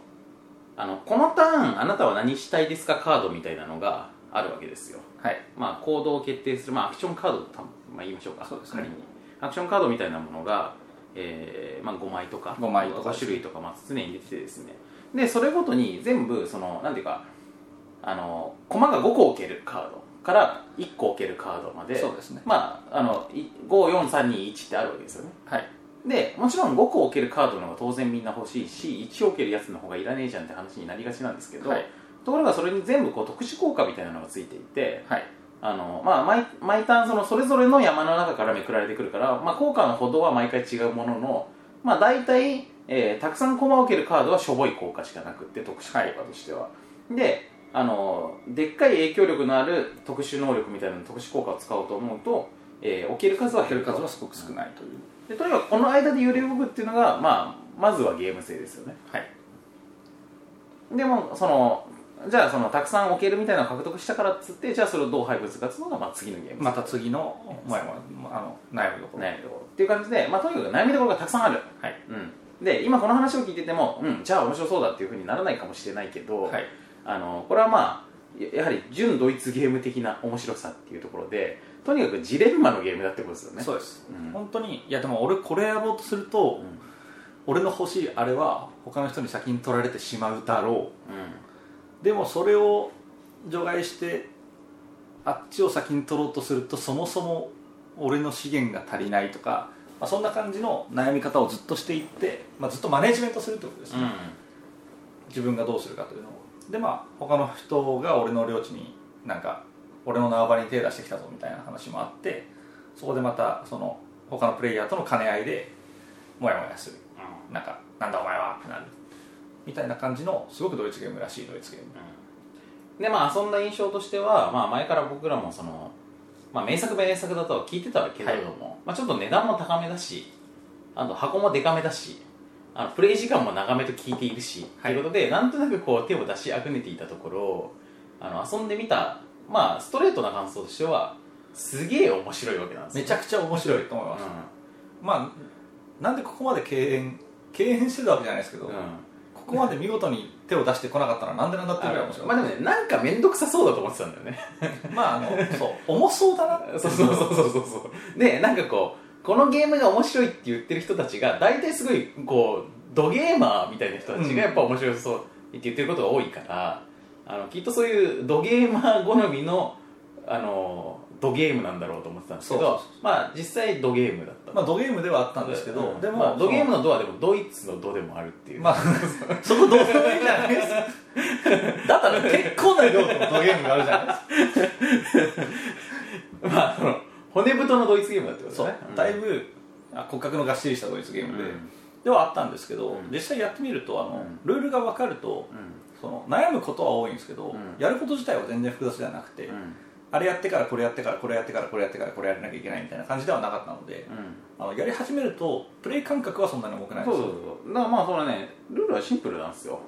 Speaker 2: あのこのターンあなたは何したいですかカードみたいなのがあるわけですよ
Speaker 3: はい
Speaker 2: まあ、行動を決定する、まあ、アクションカードと、まあ、言いましょうか
Speaker 3: そうですね
Speaker 2: 仮にアクションカードみたいなものが、えーまあ、5枚とか
Speaker 3: 5枚とか
Speaker 2: 5種類とか、まあ、常に出ててですねでそれごとに全部そのなんていうかあの駒が5個置けるカードから1個置けるカードまで
Speaker 3: そうですね
Speaker 2: まあ、あの54321ってあるわけですよね
Speaker 3: はい
Speaker 2: でもちろん5個置けるカードの方が当然みんな欲しいし1置けるやつの方がいらねえじゃんって話になりがちなんですけど、
Speaker 3: はい
Speaker 2: ところがそれに全部こう特殊効果みたいなのがついていて、
Speaker 3: はい
Speaker 2: あのまあ、毎毎ターンそのそれぞれの山の中からめくられてくるから、まあ、効果のほどは毎回違うものの、まあ、大体、えーたくさん駒を受けるカードはしょぼい効果しかなくって特殊効果としては、であのでっかい影響力のある特殊能力みたいな特殊効果を使おうと思うと、えー置ける数は
Speaker 3: 置け
Speaker 2: 減
Speaker 3: る
Speaker 2: る数
Speaker 3: 数
Speaker 2: は
Speaker 3: はすごく少ないとい
Speaker 2: で
Speaker 3: う、
Speaker 2: とにかくこの間で揺れ動くっていうのが、まあ、まずはゲーム性ですよね
Speaker 3: はい
Speaker 2: でもそのじゃあそのたくさん置けるみたいなのを獲得したからっつってじゃあそれをどう配分するかっていうのが、まあ、次のゲーム性
Speaker 3: また次のもやもやあの悩むところ、
Speaker 2: 悩みどころっていう感じで、まあ、とにかく悩みどころがたくさんある、
Speaker 3: はい
Speaker 2: うん、で今この話を聞いてても、うん、じゃあ面白そうだっていうふうにならないかもしれないけど、
Speaker 3: はい
Speaker 2: あのこれはまあややはり純ドイツゲーム的な面白さっていうところでとにかくジレンマのゲームだってことですよね
Speaker 3: そうです、
Speaker 2: うん
Speaker 3: 本当にいやでも俺これやろうとすると、
Speaker 2: ん
Speaker 3: 俺の欲しいあれは他の人に先に取られてしまうだろ
Speaker 2: う
Speaker 3: うでもそれを除外してあっちを先に取ろうとするとそもそも俺の資源が足りないとか、まあ、そんな感じの悩み方をずっとしていって、まあ、ずっとマネジメントするってことですね、
Speaker 2: ん、
Speaker 3: 自分がどうするかというのをでまあ他の人が俺の領地になんか俺の縄張りに手出してきたぞみたいな話もあってそこでまたその他のプレイヤーとの兼ね合いでモヤモヤするなんかなんだお前はってなるみたいな感じのすごくドイツゲームらしいドイツゲーム
Speaker 2: でまあそんな印象としては、まあ、前から僕らもその、まあ、名作名作だとは聞いてたわけれども、まあ、ちょっと値段も高めだしあと箱もデカめだしあのプレイ時間も長めと聞いているし、ということでなんとなくこう手を出しあぐねていたところあの遊んでみた、まあ、ストレートな感想としてはすげえ面白いわけなんです
Speaker 3: め
Speaker 2: よ
Speaker 3: ちゃくちゃ面白いと思います、まあなんでここまで敬遠敬遠してたわけじゃないですけど、
Speaker 2: うんう
Speaker 3: こ
Speaker 2: ん
Speaker 3: こまで見事に手を出してこなかったらなんでなんだって
Speaker 2: あ
Speaker 3: ぐら
Speaker 2: の
Speaker 3: い面白い
Speaker 2: まあでもねなんか面倒くさそうだと思ってたんだよね
Speaker 3: まああのそう重そうだなっ て
Speaker 2: そうそうそうそうそうそうでなんかこうこのゲームが面白いって言ってる人たちが大体すごいこうドゲーマーみたいな人たちがやっぱ面白そうって言ってることが多いから、あのきっとそういうドゲーマー好みのあのドゲームなんだろうと思ってたんですけど
Speaker 3: そうそうそ
Speaker 2: まあ実際ドゲームだった
Speaker 3: まあドゲームではあったんですけど、
Speaker 2: うん
Speaker 3: でも、
Speaker 2: まあ、ドゲーム
Speaker 3: の
Speaker 2: のドはでもドイツのドでもあるっていう、
Speaker 3: まあ そこどうでもいいじゃないですかだったら結構な量のドゲームがあるじゃないです か
Speaker 2: まあその骨太のドイツゲームだってこと
Speaker 3: そう
Speaker 2: ねん
Speaker 3: だいぶあ骨格のがっしりしたドイツゲームで、
Speaker 2: うん
Speaker 3: ではあったんですけど、
Speaker 2: うん
Speaker 3: 実際やってみるとあの、
Speaker 2: うん
Speaker 3: ルールが分かると
Speaker 2: う
Speaker 3: その悩むことは多いんですけ
Speaker 2: う
Speaker 3: ど、
Speaker 2: ん
Speaker 3: やること自体は全然複雑じゃなくて、
Speaker 2: んうん
Speaker 3: あれやってからこれやってからこれやってからこれやってからこれやらなきゃいけないみたいな感じではなかったので、
Speaker 2: うん
Speaker 3: あのやり始めるとプレイ感覚はそんなに重くないで
Speaker 2: そう
Speaker 3: す
Speaker 2: そうそうだからまあそれねルールはシンプルなんですよ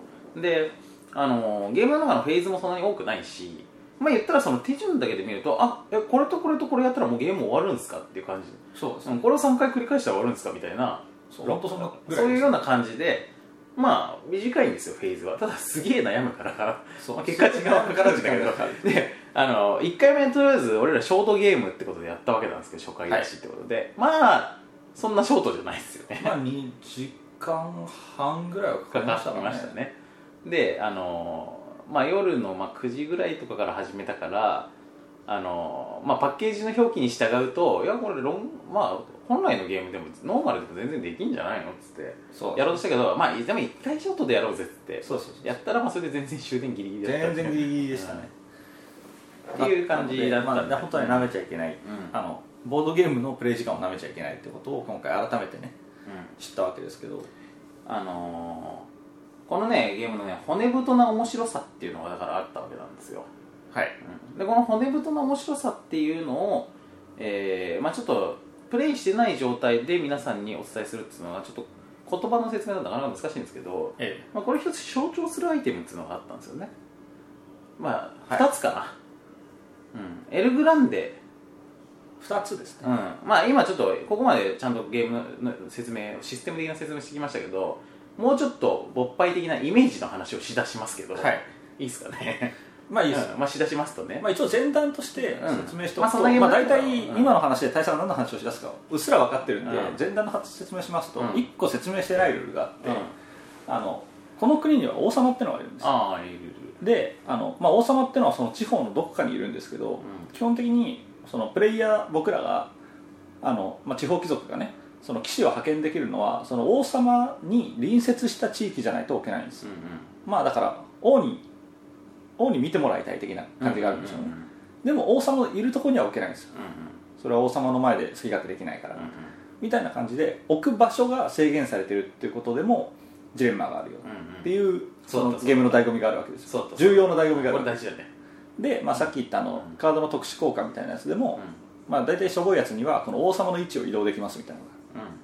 Speaker 2: であのーゲームの中のフェーズもそんなに多くないしまあ言ったらその手順だけで見るとあえこれとこれとこれやったらもうゲーム終わるんですかっていう感じ
Speaker 3: そうです
Speaker 2: うんこれを3回繰り返したら終わるんですかみたいな
Speaker 3: そう本当そんなぐらいです
Speaker 2: そういうような感じでまあ短いんですよフェーズはただすげえ悩むから
Speaker 3: そう
Speaker 2: まあ結果時間はかかるんだけ ど
Speaker 3: 時間がかかる
Speaker 2: であの1回目とりあえず俺らショートゲームってことでやったわけなんですけど初回出しってことで、まあそんなショートじゃないですよね
Speaker 3: まあ2時間半ぐらいはかかりましたかね
Speaker 2: ましたねであのーまあ夜のまあ9時ぐらいとかから始めたからあのーまあパッケージの表記に従うといやこれロンまあ本来のゲームでもノーマルでも全然できんじゃないのっつって
Speaker 3: そう
Speaker 2: やろうとしたけどまあでも一回ショートでやろうぜっつって
Speaker 3: そうそうそう
Speaker 2: やったらまあそれで全然終電ギリギリだった
Speaker 3: 全然ギリギリでしたね、
Speaker 2: っていう感じだったんで
Speaker 3: まあ、本当に舐めちゃいけない、
Speaker 2: うん
Speaker 3: あのボードゲームのプレイ時間を舐めちゃいけないってことを今回改めてね
Speaker 2: うん
Speaker 3: 知ったわけですけど
Speaker 2: あのーこのねゲームのね骨太な面白さっていうのがだからあったわけなんですよ、
Speaker 3: はい
Speaker 2: うんでこの骨太な面白さっていうのを、えーまあ、ちょっとプレイしてない状態で皆さんにお伝えするっていうのはちょっと言葉の説明だとなかなか難しいんですけど、
Speaker 3: え
Speaker 2: まあ、これ一つ象徴するアイテムっていうのがあったんですよねまあ
Speaker 3: はい
Speaker 2: 2つかな、うんエルグランデ
Speaker 3: 2つです
Speaker 2: うん
Speaker 3: ね、
Speaker 2: まあ今ちょっとここまでちゃんとゲームの説明システム的な説明してきましたけどもうちょっと勃発的なイメージの話をしだしますけど、
Speaker 3: はい
Speaker 2: いいですかね
Speaker 3: まあいいです、
Speaker 2: うんまあしだしますとね、
Speaker 3: まあ、一応前段として
Speaker 2: うん
Speaker 3: 説明してお
Speaker 2: まあ
Speaker 3: くと、
Speaker 2: そんなゲー
Speaker 3: まあ、
Speaker 2: ムだ
Speaker 3: 大
Speaker 2: ったら
Speaker 3: 体
Speaker 2: うん
Speaker 3: 今の話で大佐が何の話をしだすかうっすら分かってるんで、
Speaker 2: うん
Speaker 3: 前段の説明しますと、
Speaker 2: うん
Speaker 3: 1個説明してないルールがあって、
Speaker 2: うん
Speaker 3: あのこの国には王様ってのがいるんですよ
Speaker 2: ああいるいる
Speaker 3: であの、まあ、王様ってのはその地方のどこかにいるんですけど、
Speaker 2: ん
Speaker 3: 基本的にそのプレイヤー僕らがあの、まあ、地方貴族がねその騎士を派遣できるのはその王様に隣接した地域じゃないと置けないんです、
Speaker 2: うんうん
Speaker 3: まあだから王に王に見てもらいたい的な感じがあるんですよね、
Speaker 2: うんうん
Speaker 3: でも王様のいるところには置けないんですよ
Speaker 2: うん
Speaker 3: それは王様の前で好き勝手できないから、
Speaker 2: うん
Speaker 3: みたいな感じで置く場所が制限されてるっていうことでもジレンマがあるよ、
Speaker 2: うんうん
Speaker 3: っていう
Speaker 2: そう
Speaker 3: そ
Speaker 2: だ
Speaker 3: の
Speaker 2: そうだ
Speaker 3: ゲームの醍醐味があるわけです
Speaker 2: そう
Speaker 3: よ
Speaker 2: だそうだ
Speaker 3: 重要な醍醐味があ
Speaker 2: こ
Speaker 3: る
Speaker 2: れ大事だね
Speaker 3: で、まあ、さっき言ったあの
Speaker 2: うん
Speaker 3: カードの特殊効果みたいなやつで
Speaker 2: うん
Speaker 3: も、まあ、大体しょぼいやつにはこの王様の位置を移動できますみたいなのが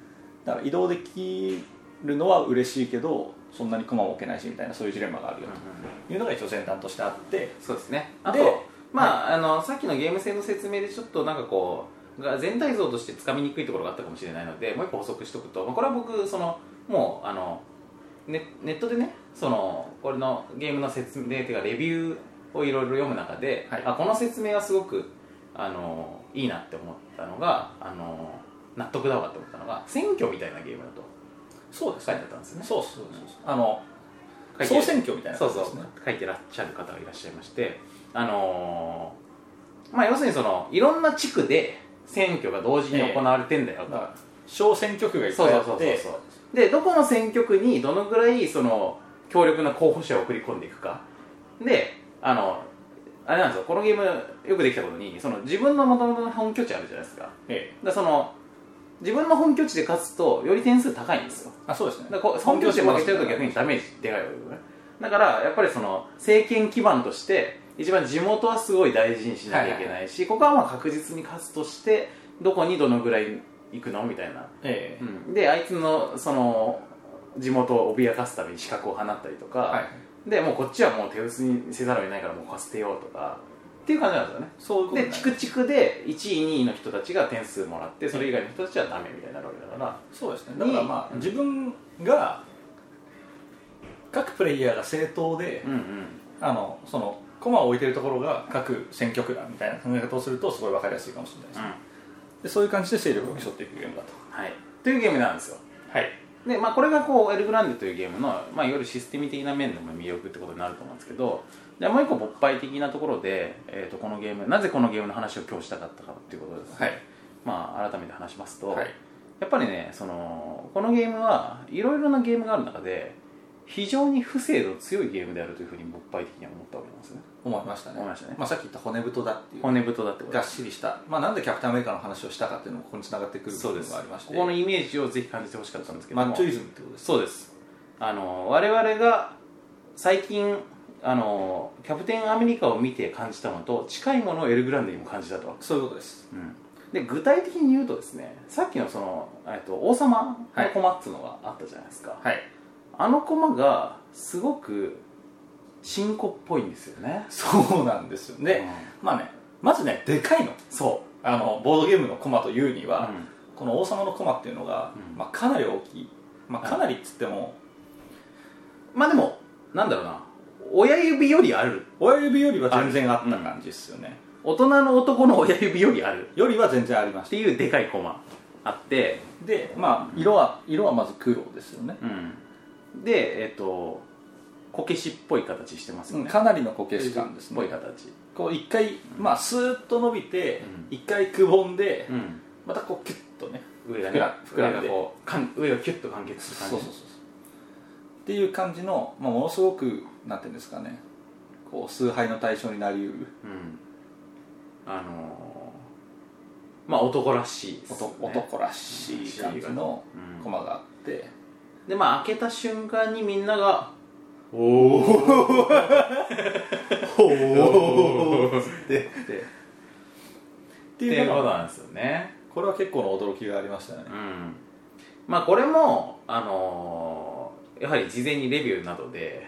Speaker 3: だから移動できるのは嬉しいけどそんなに駒も置けないしみたいなそういうジレンマがあるよ
Speaker 2: うんうん
Speaker 3: というのが一応先端としてあって
Speaker 2: そうですねあ
Speaker 3: で
Speaker 2: とまあ,、あのさっきのゲーム性の説明でちょっとなんかこうが全体像としてつかみにくいところがあったかもしれないのでもう一個補足しておくと、まあ、これは僕そのもうあのネネットでねそのこれのゲームの説明ていうかレビューをいろいろ読む中で、
Speaker 3: はい
Speaker 2: あこの説明はすごくあのいいなって思ったのがあの納得だわって思ったのが選挙みたいなゲームだと
Speaker 3: そう
Speaker 2: 書いてあったんですよね
Speaker 3: そうそうそうそうあの
Speaker 2: 書いて
Speaker 3: 総選挙みたいな
Speaker 2: そ
Speaker 3: 感
Speaker 2: う
Speaker 3: じ
Speaker 2: そう
Speaker 3: ですね
Speaker 2: 書いてらっしゃる方がいらっしゃいましてあのーまあ要するにそのいろんな地区で選挙が同時に行われてんだよ
Speaker 3: だか
Speaker 2: と、
Speaker 3: ら小選挙区がいっぱいあって
Speaker 2: そうそうそうそうでどこの選挙区にどのぐらいその強力な候補者を送り込んでいくかであのあれなんですよこのゲームよくできたことにその自分の元々の本拠地あるじゃないですかだか
Speaker 3: ええ
Speaker 2: らその自分の本拠地で勝つとより点数高いんですよ
Speaker 3: あそうですね
Speaker 2: だからこう本拠地で負けちゃうと逆にダメージでかいわけよねだからやっぱりその政権基盤として一番地元はすごい大事にしなきゃいけないし、ここはまあ確実に勝つとしてどこにどのぐらい行くのみたいな、
Speaker 3: ええ
Speaker 2: であいつのその地元を脅かすために資格を放ったりとか、
Speaker 3: はい
Speaker 2: でもうこっちはもう手薄にせざるを得ないからもうここは捨てようとかっていう感じなんですよね
Speaker 3: そういうこと
Speaker 2: で
Speaker 3: にな
Speaker 2: チ
Speaker 3: り
Speaker 2: クチクで1位2位の人たちが点数もらってそれ以外の人たちはダメみたいになるわけだから、
Speaker 3: そうですねだからまあ
Speaker 2: に
Speaker 3: 自分が各プレイヤーが正当で、
Speaker 2: うんうん
Speaker 3: あのその駒を置いてるところが各選挙区だみたいな考え方をするとすごい分かりやすいかもしれないです、
Speaker 2: うん
Speaker 3: でそういう感じで勢力を競っていくゲームだと
Speaker 2: はい、というゲームなんですよ
Speaker 3: はい
Speaker 2: で、まあ、これがこうエルグランデというゲームの、まあ、いわゆるシステム的な面でも魅力ってことになると思うんですけどじゃあもう一個勃発的なところで、えー、とこのゲームなぜこのゲームの話を今日したかったかっていうことです、
Speaker 3: はい
Speaker 2: まあ、改めて話しますと、
Speaker 3: はい
Speaker 2: やっぱりねそのこのゲームはいろいろなゲームがある中で非常に不正の強いゲームであるというふうに勃発的には思ったわけなんですね
Speaker 3: 思いましたね
Speaker 2: 思いましたね
Speaker 3: あ、さっき言った骨太だっていう
Speaker 2: 骨太だってこと
Speaker 3: がっしりした、まあ、なんでキャプテンアメリカの話をしたかっていうのもここに繋がってくる部
Speaker 2: そうで
Speaker 3: 分
Speaker 2: す
Speaker 3: がありまして
Speaker 2: ここのイメージをぜひ感じてほしかったんですけど
Speaker 3: マ
Speaker 2: も
Speaker 3: ッチョイズムってことです
Speaker 2: そうですあの我々が最近あのキャプテンアメリカを見て感じたのと近いものをエルグランデにも感じたと、
Speaker 3: そういうことです
Speaker 2: うん、で具体的に言うとですねさっきのその、えっと、王様の駒っつうのがあったじゃないですか、
Speaker 3: はい
Speaker 2: あの駒がすごく新古っぽいんですよね
Speaker 3: そうなんですよで、
Speaker 2: うん
Speaker 3: まあねまずねでかいの
Speaker 2: そう
Speaker 3: あのボードゲームの駒というには、
Speaker 2: うん
Speaker 3: この王様の駒っていうのが、
Speaker 2: うん
Speaker 3: まあ、かなり大きい、まあ、かなりっつっても、
Speaker 2: まあでもなんだろうな親指よりある
Speaker 3: 親指よりは全然あった感じですよね、
Speaker 2: 大人の男の親指よりある
Speaker 3: よりは全然ありまし
Speaker 2: ったていうでかい駒あって、
Speaker 3: でまあ色は色はまず黒ですよね
Speaker 2: うん、でえっ、とこけしっぽい形してますよね、
Speaker 3: かなりのこけし感です
Speaker 2: っ
Speaker 3: ね
Speaker 2: ぽい形
Speaker 3: こう一回、まあ、スーッと伸びて
Speaker 2: うん
Speaker 3: 一、回くぼんで、
Speaker 2: うん
Speaker 3: またこうキュッとね
Speaker 2: 上がね
Speaker 3: 膨ら膨らんで
Speaker 2: 上がこうかん上がキュッと完結する
Speaker 3: そうそ
Speaker 2: 感
Speaker 3: う
Speaker 2: じ
Speaker 3: そうそうっていう感じの、まあ、ものすごくなんていうんですかねこう崇拝の対象になりうる
Speaker 2: うんあのーまあ男らしいです
Speaker 3: 男
Speaker 2: よね
Speaker 3: 男らしい感じの
Speaker 2: うん
Speaker 3: コマがあって、
Speaker 2: でまあ開けた瞬間にみんなが「お お!」 っ
Speaker 3: おーって
Speaker 2: って
Speaker 3: って
Speaker 2: いう
Speaker 3: いう
Speaker 2: こ
Speaker 3: の
Speaker 2: と
Speaker 3: が
Speaker 2: なんですよね
Speaker 3: これは結構の驚きがありましたよね
Speaker 2: うんまあこれもあのーやはり事前にレビューなどで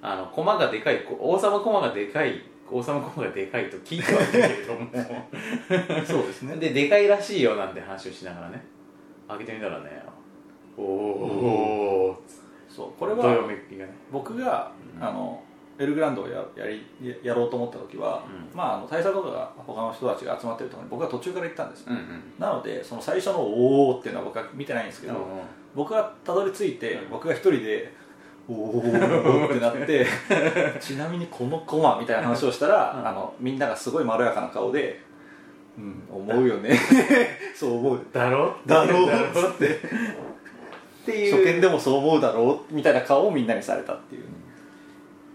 Speaker 2: あの駒がでかいこ王様駒がでかい王様駒がでかいと聞いてはいたけれども
Speaker 3: そうです
Speaker 2: ででかいらしいよなんて話をしながらね開けてみたらねおお
Speaker 3: そうこ
Speaker 2: こ
Speaker 3: れ
Speaker 2: れはどよ
Speaker 3: は
Speaker 2: めきがね
Speaker 3: 僕が、
Speaker 2: うん
Speaker 3: あのエルグランドをややりややろうと思った時は、
Speaker 2: う
Speaker 3: まあ、あの大佐とかが他の人たちが集まってるところに僕は途中から行ったんです、
Speaker 2: うんうん
Speaker 3: なのでその最初の「おお」っていうのは僕は見てないんですけど、僕がたどり着いて、
Speaker 2: うん
Speaker 3: 僕が一人で「おお」ってなって ちなみにこのコマみたいな話をしたら、
Speaker 2: うん
Speaker 3: あのみんながすごいまろやかな顔で「うん思うよ ねそう思う
Speaker 2: だろ
Speaker 3: だろう
Speaker 2: だろってっていう
Speaker 3: 初見でもそう思うだろう」みたいな顔をみんなにされたっていう
Speaker 2: っ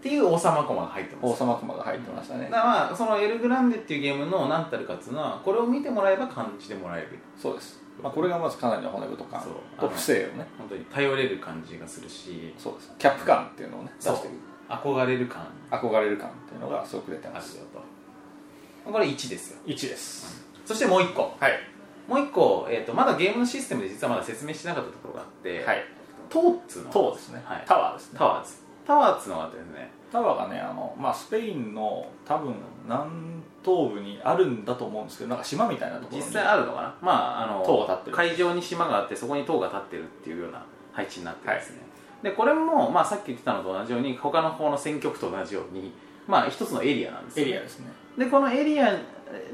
Speaker 2: ていう王様駒が入ってます
Speaker 3: 王様コマが入ってましたね、
Speaker 2: だからまあその「エル・グランデ」っていうゲームの何たるかっつうのはこれを見てもらえば感じてもらえる
Speaker 3: そうです、まあ、これがまずかなりの骨太感
Speaker 2: そう
Speaker 3: と不正をね
Speaker 2: 本当に頼れる感じがするし
Speaker 3: そうですキャップ感っていうのをね出
Speaker 2: そう
Speaker 3: してくる
Speaker 2: 憧れる感
Speaker 3: 憧れる感っていうのがすごく出て
Speaker 2: ある
Speaker 3: ま
Speaker 2: よ
Speaker 3: す
Speaker 2: とこれ1ですよ
Speaker 3: 1です
Speaker 2: そしてもう1個
Speaker 3: はい
Speaker 2: もう1個、えー、とまだゲームのシステムで実はまだ説明してなかったところがあって、
Speaker 3: はい
Speaker 2: 塔っつうの
Speaker 3: 塔ですね、
Speaker 2: はい
Speaker 3: タワーですね
Speaker 2: タワーですタワーっつうのがあってですね
Speaker 3: タワーがねあの、まあ、スペインの多分南東部にあるんだと思うんですけどなんか島みたいなところ
Speaker 2: 実
Speaker 3: に
Speaker 2: 際あるのかなまああの
Speaker 3: 塔が立ってる
Speaker 2: 海上に島があってそこに塔が立ってるっていうような配置になってるんですね、でこれも、まあ、さっき言ってたのと同じように他の方の選挙区と同じようにまあ一つのエリアなんです
Speaker 3: エ
Speaker 2: よ
Speaker 3: リアですね
Speaker 2: でこのエリア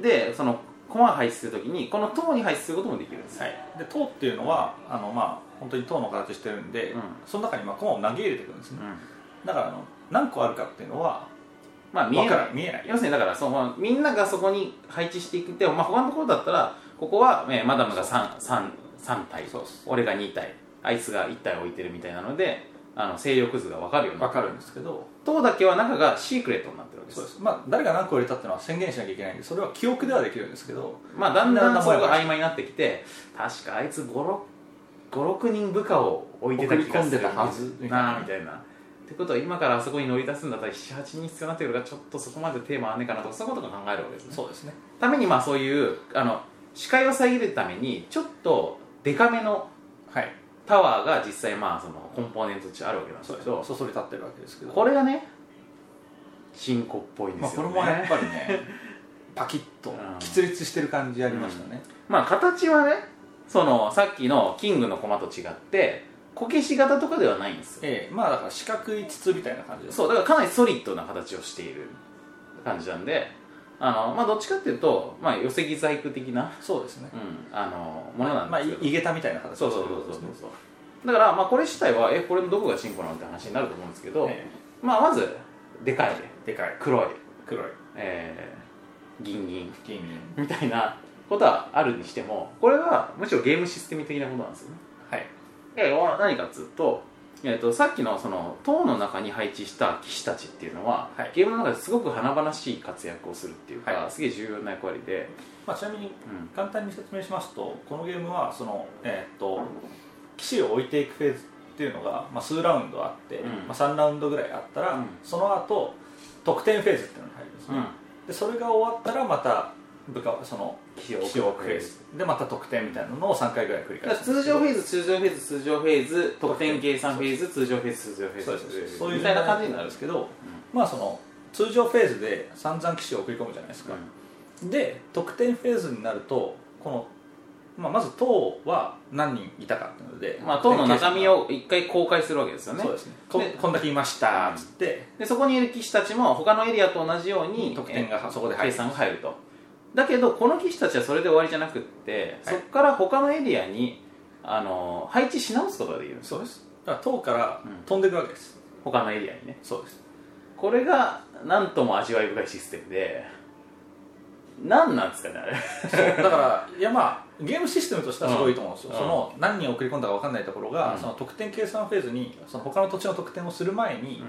Speaker 2: でその駒を配置するときにこの塔に配置することもできるんですよ、
Speaker 3: はいで塔っていうのはあのまあ本当に塔の形してるんで、
Speaker 2: うん
Speaker 3: その中にまあコマを投げ入れてくるんです
Speaker 2: う
Speaker 3: ね、
Speaker 2: ん
Speaker 3: だからあの何個あるかっていうのは
Speaker 2: まあ見
Speaker 3: わ
Speaker 2: え
Speaker 3: か
Speaker 2: ない
Speaker 3: らん見えない
Speaker 2: 要するにだからそのみんながそこに配置していくって、まあ、他のところだったらここは、えーマダムが 3, 三三体
Speaker 3: そうです
Speaker 2: 俺が2体あいつが1体置いてるみたいなのであの勢力図が分かるようにな
Speaker 3: わ
Speaker 2: って
Speaker 3: かるんですけど
Speaker 2: 塔だけは中がシークレットになってるわけです
Speaker 3: そうですまあ誰が何個入れたっていうのは宣言しなきゃいけないんでそれは記憶ではできるんですけど
Speaker 2: まあだんだんそこ
Speaker 3: だんだん
Speaker 2: が曖昧になってきて確かあいつ56人部下を置いてた気がする
Speaker 3: 送り込んでたはず
Speaker 2: なあみたいなってことは今からあそこに乗り出すんだったら78人必要になってくるからちょっとそこまでテーマあんねえかなとかそういうことが考えるわけですね
Speaker 3: そうですね
Speaker 2: ためにまあそういうあの視界を遮るためにちょっとデカめの
Speaker 3: はい
Speaker 2: タワーが実際まあそのコンポーネントとしてあるわけなんですけど
Speaker 3: そそり立ってるわけですけど
Speaker 2: これがね新古っぽいんで
Speaker 3: まあ、
Speaker 2: す
Speaker 3: こ
Speaker 2: よ
Speaker 3: れ
Speaker 2: ね、
Speaker 3: もやっぱり ねパキッと
Speaker 2: うん
Speaker 3: きつ立してる感じありましたね、
Speaker 2: まあ形はねそのさっきのキングの駒と違ってこけし型とかではないんですよ
Speaker 3: ええまあだから四角い筒みたいな感じです
Speaker 2: そうだからかなりソリッドな形をしている感じなんであのまあどっちかっていうとまあ寄せ木細工的な、
Speaker 3: そうですね
Speaker 2: うん、あのものなん
Speaker 3: まあ
Speaker 2: です
Speaker 3: い
Speaker 2: けど、
Speaker 3: 井桁みたいな形
Speaker 2: そうそうそうそうそうそうだからまあこれ自体はえこれのどこが進歩なのって話になると思うんですけど、
Speaker 3: え
Speaker 2: まあまずでかい
Speaker 3: えでかい
Speaker 2: 黒い、
Speaker 3: 黒い
Speaker 2: えー、銀銀
Speaker 3: 金銀
Speaker 2: みたいなことはあるにしてもこれはむしろゲームシステム的なことなんですよね
Speaker 3: はい
Speaker 2: で要は何かっつうと,、えー、とさっきのその塔の中に配置した騎士たちっていうのは、
Speaker 3: はい
Speaker 2: ゲームの中ですごく華々しい活躍をするっていうか、
Speaker 3: はい
Speaker 2: すげえ重要な役割で、
Speaker 3: まあ、ちなみに
Speaker 2: うん
Speaker 3: 簡単に説明しますとこのゲームはそのえーっと騎士を置いていくフェーズっていうのが、まあ、数ラウンドあって、
Speaker 2: うん
Speaker 3: まあ、3ラウンドぐらいあったら、
Speaker 2: うん
Speaker 3: その後得点フェーズっていうのに入るんですね、でそれが終わったらまた部下その
Speaker 2: 騎士を
Speaker 3: 記
Speaker 2: 置
Speaker 3: 憶
Speaker 2: く
Speaker 3: フェーズでまた得点みたいなのを3回ぐらい繰り
Speaker 2: だか
Speaker 3: 返
Speaker 2: ら
Speaker 3: す
Speaker 2: 通常フ
Speaker 3: ェ
Speaker 2: ェーズ通常フェーズ通常フェーズ得点計算フェーズ通常フェーズ通常フェーズ
Speaker 3: そうですそうですそう
Speaker 2: 通常フェーズ
Speaker 3: いう
Speaker 2: みたいな感じになるんです
Speaker 3: けど、まあその通常フェーズで散々騎士を送り込むじゃないです
Speaker 2: け
Speaker 3: か
Speaker 2: ど、、
Speaker 3: で得点フェーズになるとこの、まあ、まず党は何人いたかっていうので、
Speaker 2: まあ、党の中身
Speaker 3: を
Speaker 2: を一回公開するわけですよね
Speaker 3: そうですねこ
Speaker 2: で
Speaker 3: こんだけいましたっつって、
Speaker 2: でそこにいる騎士たちも他のエリアと同じように
Speaker 3: 得点が
Speaker 2: えー
Speaker 3: そこで入る
Speaker 2: 計算が入るとだけどこの騎士たちはそれで終わりじゃなくって、
Speaker 3: はい
Speaker 2: そこから他のエリアにあの配置し直すことができるんです
Speaker 3: そうですだから塔から
Speaker 2: うん
Speaker 3: 飛んでいくわけです、
Speaker 2: 他のエリアにね
Speaker 3: そうです
Speaker 2: これがなんとも味わい深いシステムで何なんですかねあれ
Speaker 3: だからいやまあゲームシステムとしてはすごいと思うんですよ、
Speaker 2: うん
Speaker 3: その何人送り込んだか分かんないところが、
Speaker 2: うん
Speaker 3: その得点計算フェーズにその他の土地の得点をする前に、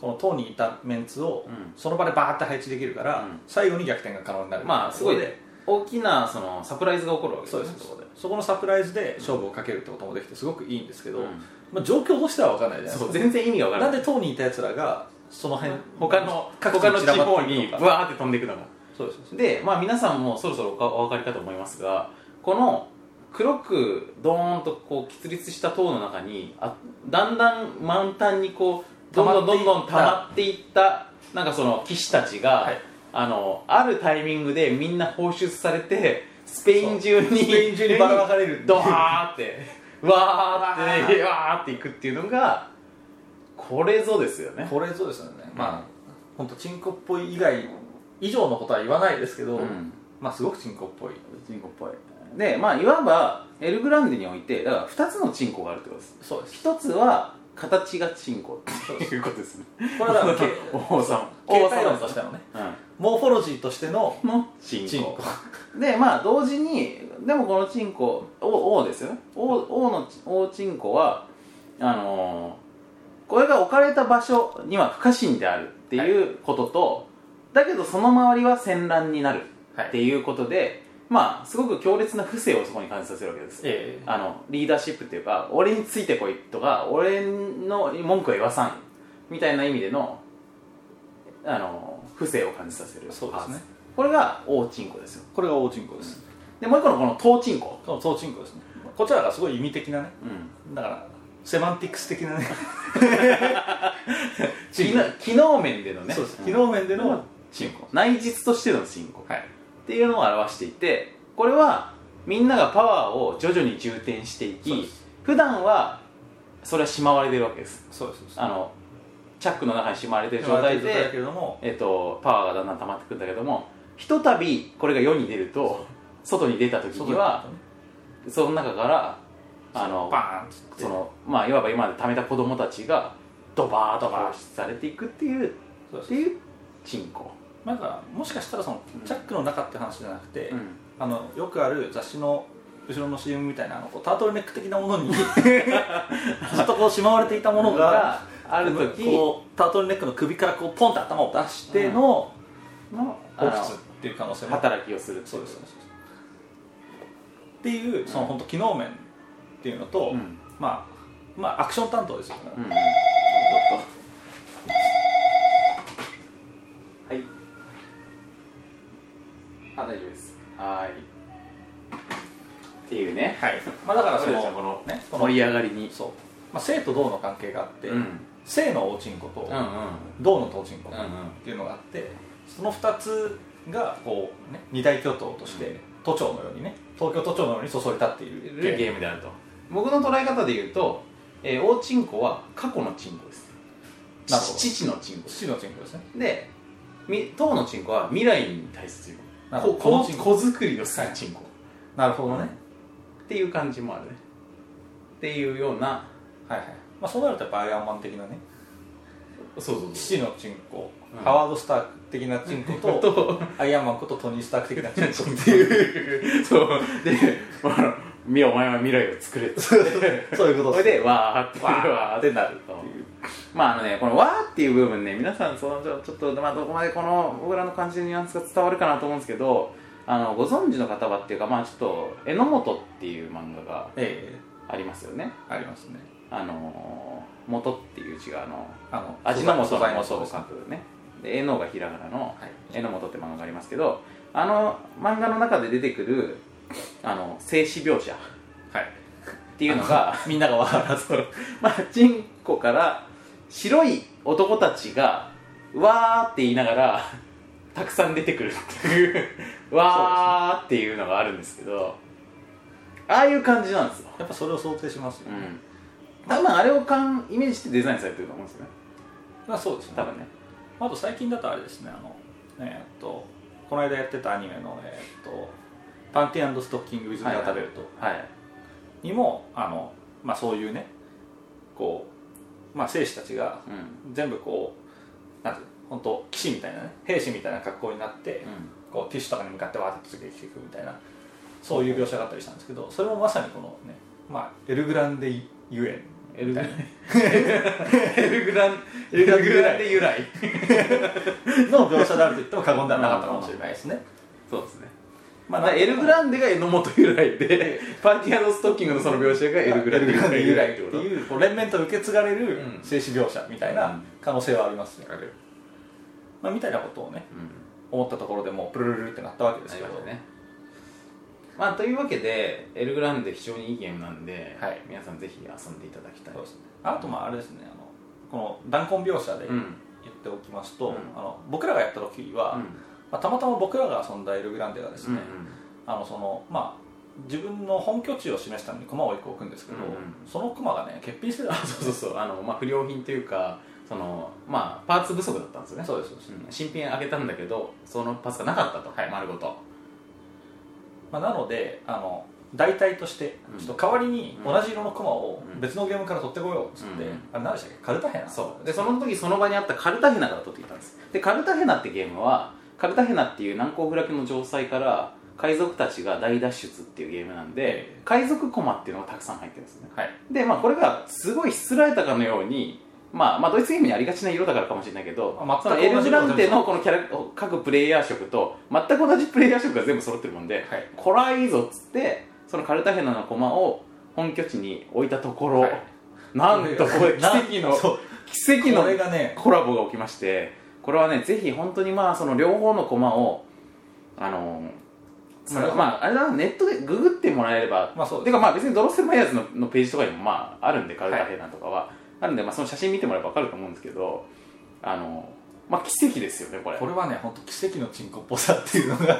Speaker 3: この塔にいたメンツを
Speaker 2: うん
Speaker 3: その場でバーって配置できるから、
Speaker 2: うん
Speaker 3: 最後に逆転が可能になる
Speaker 2: まあすごい
Speaker 3: そこで
Speaker 2: 大きなそのサプライズが起こるわけ
Speaker 3: そうです
Speaker 2: そこで
Speaker 3: そこのサプライズで勝負をかけるってこともできてすごくいいんですけど、
Speaker 2: うん
Speaker 3: まあ、状況としては分かんないじゃない
Speaker 2: そう
Speaker 3: です
Speaker 2: 全然意味が分
Speaker 3: か
Speaker 2: から
Speaker 3: なん
Speaker 2: ない
Speaker 3: で塔にいたやつらがその辺
Speaker 2: 他の
Speaker 3: 各地
Speaker 2: 他の
Speaker 3: 散
Speaker 2: 地
Speaker 3: らばっ
Speaker 2: 方
Speaker 3: てい
Speaker 2: に
Speaker 3: くの
Speaker 2: ブ
Speaker 3: か
Speaker 2: ワーって飛んでいくのが
Speaker 3: そうです
Speaker 2: でまあ皆さんもそろそろお分かりかと思いますがこの黒くドーンとこう喫立した塔の中にあだんだん満タンにこうどんどんどんどん溜
Speaker 3: 溜ま
Speaker 2: まっていったなんかその騎士たちが、
Speaker 3: はい
Speaker 2: あのあるタイミングでみんな放出されてスペイン中に
Speaker 3: そうスペイン中にばらまかれる
Speaker 2: ドワーってわー ってねわーっていくっていうのがこれぞですよね
Speaker 3: これそうですよねまあ本当チンコっぽい以外以上のことは言わないですけど、
Speaker 2: うん
Speaker 3: まあすごくチンコっぽい
Speaker 2: チンコっぽいでまあいわばエルグランデにおいてだから2つのチンコがあるってことです
Speaker 3: そうで
Speaker 2: 一つは形がチンコっていうことですね
Speaker 3: これはだからけ
Speaker 2: 王様
Speaker 3: 形態論としてのねモーフォロジーとしての
Speaker 2: うんのチンコ
Speaker 3: チンコ
Speaker 2: でまあ同時にでもこのチンコ王王ですよね王王の王チンコはあのーこれが置かれた場所には不可侵であるっていうことと、だけどその周りは戦乱になる
Speaker 3: はい
Speaker 2: っていうことで、まあすごく強烈な不正をそこに感じさせるわけです
Speaker 3: ええ
Speaker 2: あのリーダーシップっていうか俺についてこいとか俺の文句は言わさんみたいな意味でのあの不正を感じさせる
Speaker 3: そうですね
Speaker 2: パーツこれが王チンコですよ
Speaker 3: これが大チンコです、
Speaker 2: でもう一個のこの頭チンコ、
Speaker 3: この総チンコですねこちらがすごい意味的なね
Speaker 2: うん、
Speaker 3: だからセマンティックス的な ね
Speaker 2: 機
Speaker 3: チン
Speaker 2: 能
Speaker 3: コ
Speaker 2: 機能面でのね
Speaker 3: そうです
Speaker 2: 機
Speaker 3: 機
Speaker 2: 能
Speaker 3: 能面での
Speaker 2: チンコ内実としてのチンコ
Speaker 3: はい
Speaker 2: っていうのを表していてこれはみんながパワーを徐々に充填してい
Speaker 3: そうで
Speaker 2: き
Speaker 3: す
Speaker 2: 普段はそれはしまわれてるわけです
Speaker 3: そうですそうです
Speaker 2: あのチャックの中にしまわれてる状態
Speaker 3: 状態だ
Speaker 2: で
Speaker 3: けれども
Speaker 2: えっとパワーがだんだん溜まってくるんだけどもひとたびこれが世に出ると外に出た時にはその中からあの
Speaker 3: バーンっつって
Speaker 2: そのまあいわば今まで貯めた子供たちがドバードバーされていくっていう
Speaker 3: そうで
Speaker 2: っ
Speaker 3: す
Speaker 2: ていうチンコ、
Speaker 3: なんかもしかしたらその
Speaker 2: うん
Speaker 3: チャックの中って話じゃなくて、あのよくある雑誌の後ろの CM みたいなあのこうタートルネック的なものに ずっとこうしまわれていたものが
Speaker 2: ある時
Speaker 3: こうタートルネックの首からこうポンと頭を出しての
Speaker 2: のあ
Speaker 3: 彷
Speaker 2: の
Speaker 3: 彿っていう可能性も
Speaker 2: 働きをするってい
Speaker 3: そうですそうですっていうその本当機能面っていうのと、
Speaker 2: うん
Speaker 3: まあまあアクション担当ですよね、
Speaker 2: うんうんはいあ大丈夫ですはーいっていうね
Speaker 3: はいまあ、だからその
Speaker 2: 俺たちはこの
Speaker 3: ねこの
Speaker 2: 盛り上がりに
Speaker 3: そう、まあ、性と銅の関係があって、
Speaker 2: うん
Speaker 3: 性のおちんこと、
Speaker 2: うんうん
Speaker 3: 銅の頭チンコ
Speaker 2: うんうん
Speaker 3: っていうのがあってその2つがこう、ね、二大巨頭として、
Speaker 2: うん
Speaker 3: 都庁のようにね東京都庁のようにそそり立っている
Speaker 2: ゲームであると僕の捉え方で言うと、えー、大チンコは過去のチンコです
Speaker 3: なるほど
Speaker 2: 父のチンコです
Speaker 3: 父のチンコですね
Speaker 2: でみ当のチンコは未来に対する
Speaker 3: なる
Speaker 2: こ
Speaker 3: ほど
Speaker 2: この
Speaker 3: この
Speaker 2: 子作りをするチンコ、
Speaker 3: なるほどね、
Speaker 2: っていう感じもあるねっていうような
Speaker 3: はいはい、まあ、そうなるとやっぱアイアンマン的なね
Speaker 2: そうそう
Speaker 3: 父のチンコ、
Speaker 2: うん
Speaker 3: ハワード・スターク的なチンコ と
Speaker 2: と
Speaker 3: アイアンマンことトニー・スターク的なチンコ
Speaker 2: っていうそうで「まあみお前は未来を作れ」っつって
Speaker 3: そういうこ
Speaker 2: そ
Speaker 3: と
Speaker 2: れ
Speaker 3: です
Speaker 2: でわーって
Speaker 3: わー
Speaker 2: わーってなるとまああのねこの「わ」ーっていう部分ね皆さんそのちょちょっと、まあ、どこまでこの僕らの感じのニュアンスが伝わるかなと思うんですけどあのご存知の方はっていうかまあちょっと「榎本」っていう漫画が
Speaker 3: え
Speaker 2: ありますよね
Speaker 3: えありますね
Speaker 2: あのー「元」っていう字があの
Speaker 3: あの
Speaker 2: 味の素
Speaker 3: 素
Speaker 2: の
Speaker 3: 材も
Speaker 2: 素
Speaker 3: そう
Speaker 2: を
Speaker 3: です
Speaker 2: 書
Speaker 3: ね
Speaker 2: くねで「えの」がひらがなの
Speaker 3: はい
Speaker 2: 「えのもと」って漫画がありますけどあの漫画の中で出てくるあの静止描写っ
Speaker 3: はい
Speaker 2: ていうのが
Speaker 3: みんなが笑わず
Speaker 2: まあ、チンコから白い男たちがわーって言いながらたくさん出てくるっていう わーっていうのがあるんですけどああいう感じなんですよ、
Speaker 3: やっぱそれを想定します
Speaker 2: う
Speaker 3: よ、ね
Speaker 2: ん、多分あれをかんイメージしてデザインされてると思うんですよね
Speaker 3: まあそうですね
Speaker 2: 多分ね
Speaker 3: あと最近だとあれですね、あの、えーっと、この間やってたアニメの、えーっと「パンティストッキング・ウィズ・ミア・タベルト
Speaker 2: はい」
Speaker 3: にも、あのまあ、そういうねこう、まあ、兵士たちが
Speaker 2: うん
Speaker 3: 全部こうなんていうの本当騎士みたいなね兵士みたいな格好になって、
Speaker 2: う
Speaker 3: こうティッシュとかに向かってわーって突撃していくみたいなそういう描写があったりしたんですけどそれもまさにこのね、まあ、エルグランデゆえんエルグラン
Speaker 2: ん、エルグラン
Speaker 3: エルグラン
Speaker 2: で由来
Speaker 3: の描写であると言っても過言ではなかったかもしれないですね。
Speaker 2: そうですね
Speaker 3: ま
Speaker 2: まあ、エルグランデが榎本由来 で、パンティアのストッキングのその描写がエルグランデ
Speaker 3: 由
Speaker 2: 由
Speaker 3: 来
Speaker 2: 来って
Speaker 3: っ
Speaker 2: て
Speaker 3: い
Speaker 2: こ
Speaker 3: う
Speaker 2: と
Speaker 3: こう連綿と受け継がれる
Speaker 2: うん
Speaker 3: 静止描写みたいうなん可能性はありますね、まあ、みたいなことをね
Speaker 2: うん
Speaker 3: 思ったところでもうプルルルってなったわけです
Speaker 2: な
Speaker 3: け
Speaker 2: り
Speaker 3: ど
Speaker 2: ましたねまあというわけでエルグランデ非常にいいゲームなんで、
Speaker 3: はい
Speaker 2: 皆さんぜひ遊んでいただきたい
Speaker 3: そうですねあとまああれですねあのこの弾痕描写で
Speaker 2: うん
Speaker 3: 言っておきますと、
Speaker 2: うん
Speaker 3: あの僕らがやった時は、
Speaker 2: うん
Speaker 3: まあ、たまたま僕らが遊んだエルグランデがです
Speaker 2: うん
Speaker 3: ね、あのそのまあ自分の本拠地を示すために駒を1個置くんですけど、
Speaker 2: うんうん
Speaker 3: その駒がね欠品してたん
Speaker 2: あ
Speaker 3: です
Speaker 2: そうそうそうあの、まあ、不良品というかそのまあパーツ不足だったんですよね
Speaker 3: そうですそうです
Speaker 2: うん新品あげたんだけどそのパーツがなかったと、
Speaker 3: はい
Speaker 2: 丸ごと
Speaker 3: まあ、なのであの代替として
Speaker 2: うん
Speaker 3: ちょっと代わりに
Speaker 2: うん
Speaker 3: 同じ色のコマを
Speaker 2: うん
Speaker 3: 別のゲームから取ってこようっつって、
Speaker 2: うん
Speaker 3: あれ何でしたっけカルタヘナ
Speaker 2: そうでその時その場にあったカルタヘナから取ってきたんですでカルタヘナってゲームはカルタヘナっていう南高部落の城塞から海賊たちが大脱出っていうゲームなんで海賊駒っていうのがたくさん入ってるんですね
Speaker 3: はい
Speaker 2: でまあこれがすごいしつらえたかのようにまあ、まあドイツゲームにありがちな色だからかもしれないけど、
Speaker 3: あ
Speaker 2: そ
Speaker 3: 全
Speaker 2: のエル
Speaker 3: く
Speaker 2: グランテ
Speaker 3: 同じ色
Speaker 2: のこのキャラ各プレイヤー色と全く同じプレイヤー色が全部揃ってるもんで、
Speaker 3: はい
Speaker 2: こらいいぞっつってそのカルタヘナの駒を本拠地に置いたところ、
Speaker 3: はい
Speaker 2: なんとこ れ奇跡の
Speaker 3: そう
Speaker 2: 奇跡の
Speaker 3: これがね
Speaker 2: コラボが起きましてこれはねぜひ本当にまあその両方のコマをあのつな
Speaker 3: まあ
Speaker 2: まああれだなネットでググってもらえれば
Speaker 3: まあそうです
Speaker 2: てかまあ別にドロッセルマイヤーズののページとかにもまああるんでカルタヘナとかは、あるんでまあその写真見てもらえば分かると思うんですけどあのまあ奇跡ですよねこれ
Speaker 3: これはね本当奇跡のチンコっぽさっていうのが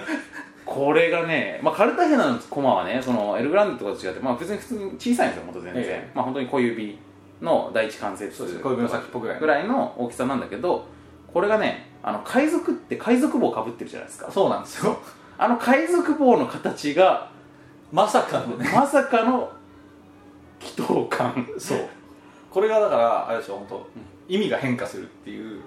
Speaker 2: これがね、まあ、カルタヘナのコマはねそのエルグランデとかと違って、まあ、別に普通に小さいんですよ元全然、
Speaker 3: ええ
Speaker 2: まあ本当に小指の第一関節
Speaker 3: そうです小指の先っぽぐらいの
Speaker 2: ぐらいの大きさなんだけどこれがねあの海賊って海賊帽かぶってるじゃないですか
Speaker 3: そうなんですよ
Speaker 2: あの海賊帽の形が
Speaker 3: まさかのね
Speaker 2: まさかの祈祷感
Speaker 3: そうこれがだからあれでしょ本当、意味が変化するっていう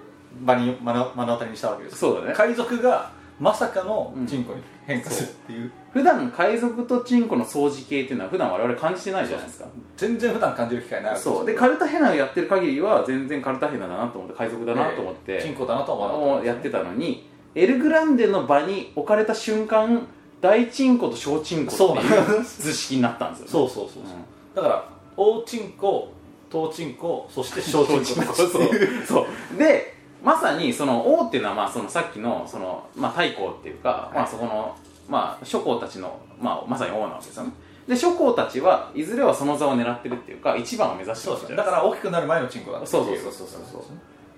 Speaker 3: 場に目の目の当たりにしたわけですよ
Speaker 2: そうだね
Speaker 3: 海賊がまさかのチンコに変化するっていう、
Speaker 2: 普段海賊とチンコの掃除系っていうのは普段我々感じてないじゃないですか
Speaker 3: 全然普段感じる機会ないわけですよ
Speaker 2: そうでカルタヘナをやってる限りは全然カルタヘナだなと思って海賊だなと思って、
Speaker 3: チンコだなとは思わなか
Speaker 2: をやってたのにエルグランデの場に置かれた瞬間大チンコと小チンコって
Speaker 3: そうなん
Speaker 2: いう
Speaker 3: で
Speaker 2: 図式になったんですよ
Speaker 3: そうそうそうそう、だから大チンコ頭チンコそして小チ
Speaker 2: 小
Speaker 3: ン
Speaker 2: チンコ
Speaker 3: コ
Speaker 2: そ
Speaker 3: そうう
Speaker 2: そうでまさにその王っていうのはまあそのさっきのその、まあ、太閤っていうか、
Speaker 3: い
Speaker 2: まあ、そこの、まあ、諸侯たちの、まあ、まさに王なわけですよねで諸侯たちはいずれはその座を狙ってるっていうか一番を目指してるわけ
Speaker 3: です
Speaker 2: じゃ
Speaker 3: ね
Speaker 2: な
Speaker 3: だ
Speaker 2: い
Speaker 3: から大きくなる前のチンコだ
Speaker 2: そうそうそうそうそ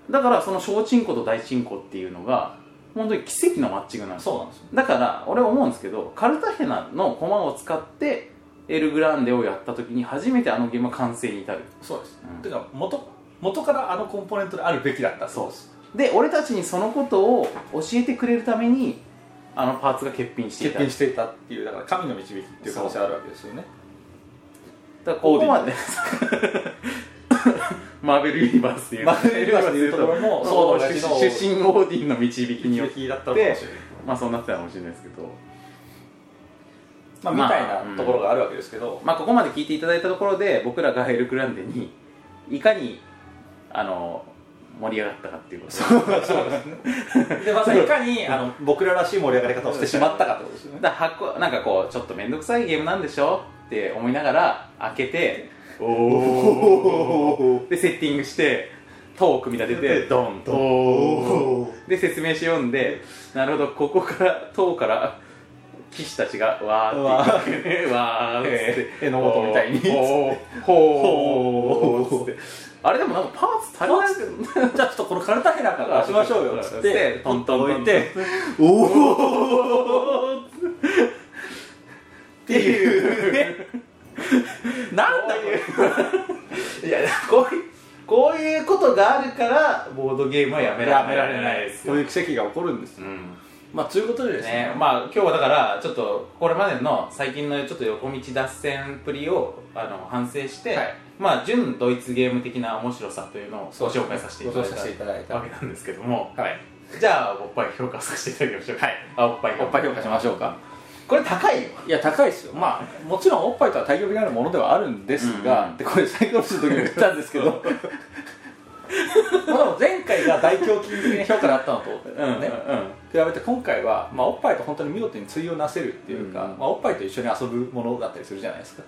Speaker 2: うだからその小チンコと大チンコっていうのが本当に奇跡のマッチングなんですよ
Speaker 3: そうなんですよ
Speaker 2: だから俺思うんですけどカルタヘナの駒を使ってエルグランデをやった時に初めてあのゲームは完成に至る
Speaker 3: そうです、
Speaker 2: うん
Speaker 3: てか元元からあのコンポーネントであるべきだったそうです
Speaker 2: で俺たちにそのことを教えてくれるためにあのパーツが欠品してい
Speaker 3: 欠
Speaker 2: た
Speaker 3: 品していたっていうだから神の導きっていう可能性あるわけですよね
Speaker 2: だからここまで マーベル・ユニバースっていう
Speaker 3: マーベルユニバースっていうところもそうだしの
Speaker 2: 出身オーディンの導きによっ
Speaker 3: 導
Speaker 2: て
Speaker 3: きだったのかもしれない
Speaker 2: まあそうなってたかもしれないですけど
Speaker 3: まあ、
Speaker 2: まあ
Speaker 3: みたいなところがあるわけですけど、
Speaker 2: まあ、ここまで聞いていただいたところで僕らがエルグランデにいかにあの盛り上がったかっていうこと
Speaker 3: そうですねでまさにいかにあの僕ららしい盛り上がり方をしてしまったかってことですよね
Speaker 2: だから箱なんかこうちょっと面倒くさいゲームなんでしょって思いながら開けておお でセッティングしてトークみ立ててドンドンで説明し読んでなるほどここから塔から騎士たちが わーって言ってねわーっつって
Speaker 3: えー絵の元みたいに
Speaker 2: おーほ ーほーっつってあれでもなんかパーツ足りないけど
Speaker 3: じゃあちょっとこのカルタヘラから出しましょうよっつっ
Speaker 2: で
Speaker 3: て
Speaker 2: トントントン
Speaker 3: 置いておお
Speaker 2: っていうね
Speaker 3: なんだこれ
Speaker 2: いやこういうこういうことがあるからボードゲームはやめられないです
Speaker 3: こういう奇跡が起こるんです
Speaker 2: う
Speaker 3: よ
Speaker 2: ん
Speaker 3: まあということでですね
Speaker 2: ね、まあ今日はだからちょっとこれまでの最近のちょっと横道脱線っぷりをあの反省して、
Speaker 3: はい
Speaker 2: まあ純ドイツゲーム的な面白さというのをご紹介させていただい
Speaker 3: ご紹介させていただい
Speaker 2: た
Speaker 3: た
Speaker 2: わけなんですけども、
Speaker 3: はい
Speaker 2: じゃあおっぱい評価させていただきましょうはいあおっぱい
Speaker 3: おっぱい評価しましょうか
Speaker 2: これ高いよ
Speaker 3: いや高いですよまあもちろんおっぱいとは対極になるものではあるんです
Speaker 2: うんう
Speaker 3: が
Speaker 2: ん
Speaker 3: でこれ最高の時に言ったんですけど まあでも前回が大胸筋的な評価だったのと、
Speaker 2: うん、
Speaker 3: ね
Speaker 2: う
Speaker 3: 比べて今回は、まあ、おっぱいと本当に見事に対応なせるっていうか、
Speaker 2: うん
Speaker 3: まあ、おっぱいと一緒に遊ぶものだったりするじゃないですか、
Speaker 2: ん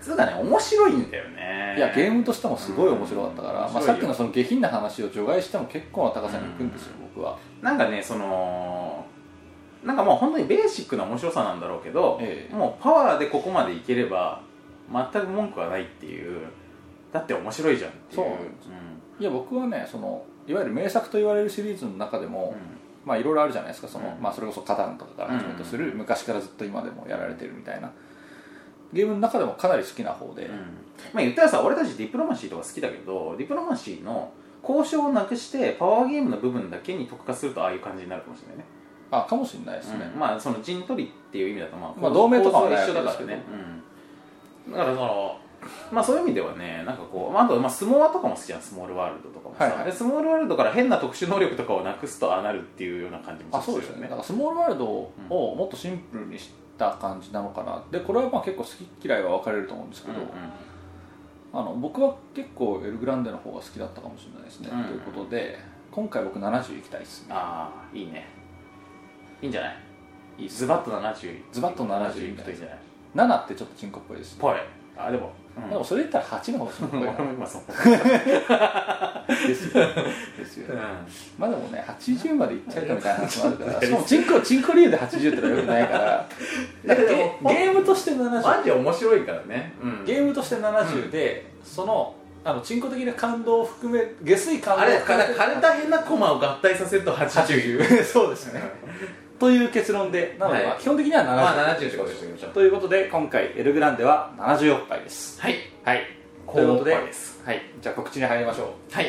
Speaker 2: つうかね面白いんだよね
Speaker 3: いやゲームとしてもすごい面白かったから、
Speaker 2: うん
Speaker 3: ま
Speaker 2: 面白
Speaker 3: あ、
Speaker 2: いよ
Speaker 3: さっきのその下品な話を除外しても結構な高さにいくんですよ、僕は、
Speaker 2: なんかねそのなんかもう本当にベーシックな面白さなんだろうけど、
Speaker 3: ええ
Speaker 2: もうパワーでここまでいければ全く文句はないっていうだって面白いじゃんっていう
Speaker 3: そういや僕はねそのいわゆる名作と言われるシリーズの中でも、まあいろいろあるじゃないですかその、
Speaker 2: うん
Speaker 3: まあ、それこそ「カタン」とかから始めとする、昔からずっと今でもやられてるみたいなゲームの中でもかなり好きな方で、
Speaker 2: うんうんまあ言ったらさ俺たちディプロマシーとか好きだけどディプロマシーの交渉をなくしてパワーゲームの部分だけに特化するとああいう感じになるかもしれないね
Speaker 3: あかもしれないですね、
Speaker 2: うんまあその陣取りっていう意味だとまあ、
Speaker 3: まあ同盟とかは
Speaker 2: 構
Speaker 3: ね
Speaker 2: 造は一緒だからね、うん、だからそのまあそういう意味ではねなんかこう、まあ、あとまあ相撲はとかも好きじゃんスモールワールドとかもさ、
Speaker 3: はいはい
Speaker 2: でスモールワールドから変な特殊能力とかをなくすとああなるっていうような感じも
Speaker 3: あそうですよねだからスモールワールドをもっとシンプルにした感じなのかなでこれはまあ結構好き嫌いは分かれると思うんですけ
Speaker 2: うん
Speaker 3: ど、
Speaker 2: うん
Speaker 3: あの僕は結構エルグランデの方が好きだったかもしれないですね、
Speaker 2: うん
Speaker 3: ということで今回僕70いきたいですね
Speaker 2: ああいいねいいんじゃないいいズバッと70
Speaker 3: ズバッと
Speaker 2: い
Speaker 3: 70
Speaker 2: くといいんじゃない
Speaker 3: 7ってちょっとチンコっぽいです、
Speaker 2: ぽいあでも、 うん、
Speaker 3: でもそれ言ったら8の方がチンコっぽい
Speaker 2: 俺
Speaker 3: な
Speaker 2: も今そう思った
Speaker 3: で すよですよまあでもね80までいっちゃうかみたいな話もあ るからしかもチンコチンコ理由で80ってのはよくないからだからゲゲームとして70
Speaker 2: マジ面白いからね、うん
Speaker 3: ゲームとして70で、そのあのチンコ的な感動を含め下水感動
Speaker 2: あ
Speaker 3: を
Speaker 2: れ
Speaker 3: 含
Speaker 2: か
Speaker 3: め
Speaker 2: 枯れた変なコマを合体させると80
Speaker 3: 80そうですねという結論でなので、まあ
Speaker 2: はい
Speaker 3: 基本的には70、
Speaker 2: まあ70ってことにしておきましょう
Speaker 3: ということで今回エルグランデは74杯です
Speaker 2: はい
Speaker 3: はい
Speaker 2: 高
Speaker 3: ということで
Speaker 2: おっぱいです
Speaker 3: はい、じゃあ告知に入りましょう
Speaker 2: はい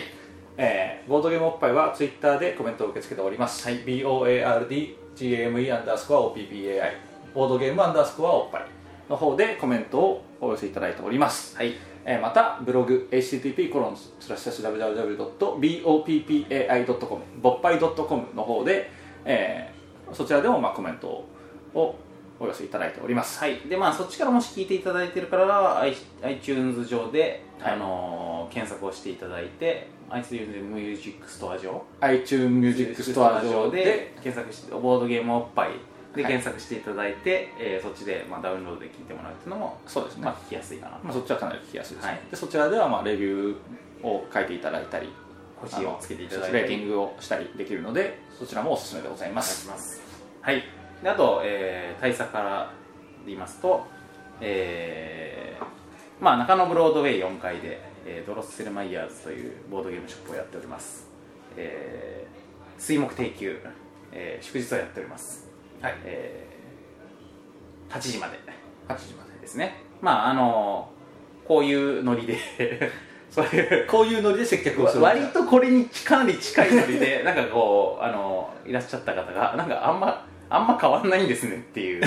Speaker 3: えーボードゲームおっぱいはツイッターでコメントを受け付けております、はい、BOARDGAME アンダースコア OPPAI ボードゲームアンダースコアおっぱいの方でコメントをお寄せいただいております、
Speaker 2: はい
Speaker 3: えーまたブログ http コロンスラッシュ www.boppai.com ぼっぱい .com の方で、えーそちらでもまあコメントををお寄せいただいております、
Speaker 2: はいでまあそっちからもし聞いていただいてるからは i- iTunes 上で、
Speaker 3: はい
Speaker 2: あのー検索をしていただいて iTunes Music ストア上
Speaker 3: iTunes ミュージックストア上で
Speaker 2: 検索してボードゲームおっぱいで
Speaker 3: はい
Speaker 2: 検索していただいて、えーそっちで、まあ、ダウンロードで聞いてもらうっていうのも、
Speaker 3: そうですね、
Speaker 2: まあ、聞きやすいかな
Speaker 3: まあ、そっちはかなり聞きやすいです、ね
Speaker 2: はい
Speaker 3: でそちらではまあレビューを書いていただいたり
Speaker 2: 星をつけていただい
Speaker 3: あの
Speaker 2: て
Speaker 3: レーティングをしたりできるのでそちらもおすすめでございま
Speaker 2: お願いし
Speaker 3: す
Speaker 2: ますはいであと、えー、大佐から言いますと、えーまあ、中野ブロードウェイ4階で、えードロッセルマイヤーズというボードゲームショップをやっております、えー水木定休、えー祝日をやっております、
Speaker 3: はい
Speaker 2: えー8時まで
Speaker 3: 8時まで
Speaker 2: ですねまああのこういうノリで そういう
Speaker 3: こういうノリで接客をする
Speaker 2: 割とこれにかなり近いノリで なんかこうあのいらっしゃった方がなんかあんまあんま変わんないんですねって いう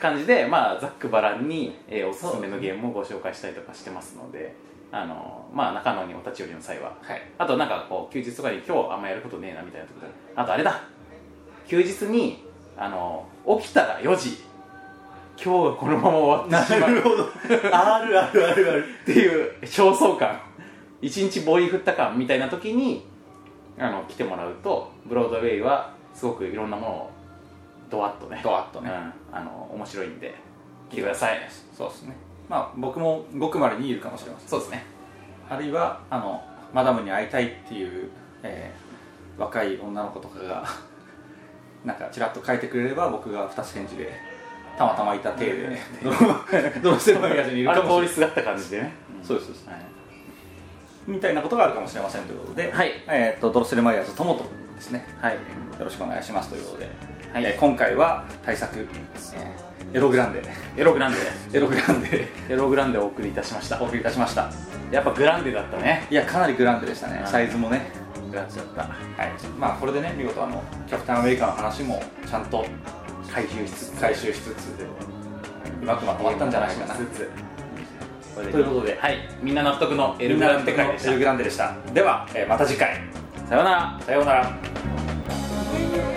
Speaker 2: 感じで、まあ、ざっくばらんに、えーおすすめのゲームをご紹介したりとかしてますのであの、まあ、中野にお立ち寄りの際は
Speaker 3: はい
Speaker 2: あとなんかこう休日とかに今日あんまやることねえなみたいなとこであとあれだ休日にあの起きたら4時今日がこのまま終わってしまう
Speaker 3: ほどあるあるあるある
Speaker 2: っていう焦燥感一日ボーイ振った感みたいな時にあの来てもらうとブロードウェイはすごくいろんなものをドワッとね
Speaker 3: ドワッとね、
Speaker 2: うん、あの面白いんで来てください
Speaker 3: そうですねまあ僕もごくまれにいるかもしれません
Speaker 2: そうですね
Speaker 3: あるいはあのマダムに会いたいっていう、えー若い女の子とかが なんかちらっと書いてくれれば僕が二つ返事でたまたまいた体でどうしてもやつにいる
Speaker 2: あ
Speaker 3: か
Speaker 2: の
Speaker 3: も
Speaker 2: 通り
Speaker 3: しれ
Speaker 2: すが
Speaker 3: ない
Speaker 2: った感じでね、
Speaker 3: そうですそうです
Speaker 2: はい
Speaker 3: みたいなことがあるかもしれませんということで、
Speaker 2: はい
Speaker 3: えー、とドロッセルマイヤーズともとですね
Speaker 2: はい、
Speaker 3: よろしくお願いしますということで、
Speaker 2: はい
Speaker 3: えー今回は対策、えーエログランデ
Speaker 2: エログラン
Speaker 3: エログランデ
Speaker 2: デエログランデをお送りいたしました
Speaker 3: お送りいたしました
Speaker 2: やっぱグランデだったね
Speaker 3: いやかなりグランデでしたね
Speaker 2: はい
Speaker 3: サイズもね
Speaker 2: なっちゃった
Speaker 3: はいまあ、これでね見事あのキャプテンアメリカの話もちゃんと
Speaker 2: 回収しつつ
Speaker 3: 回収しつつうまくまとまったんじゃないかな
Speaker 2: しつつこと
Speaker 3: いうことで
Speaker 2: はいみんな納得のエルグランテ会でし
Speaker 3: エルグランデでしたでは、えーまた次回
Speaker 2: たさようなら
Speaker 3: さようなら
Speaker 1: ー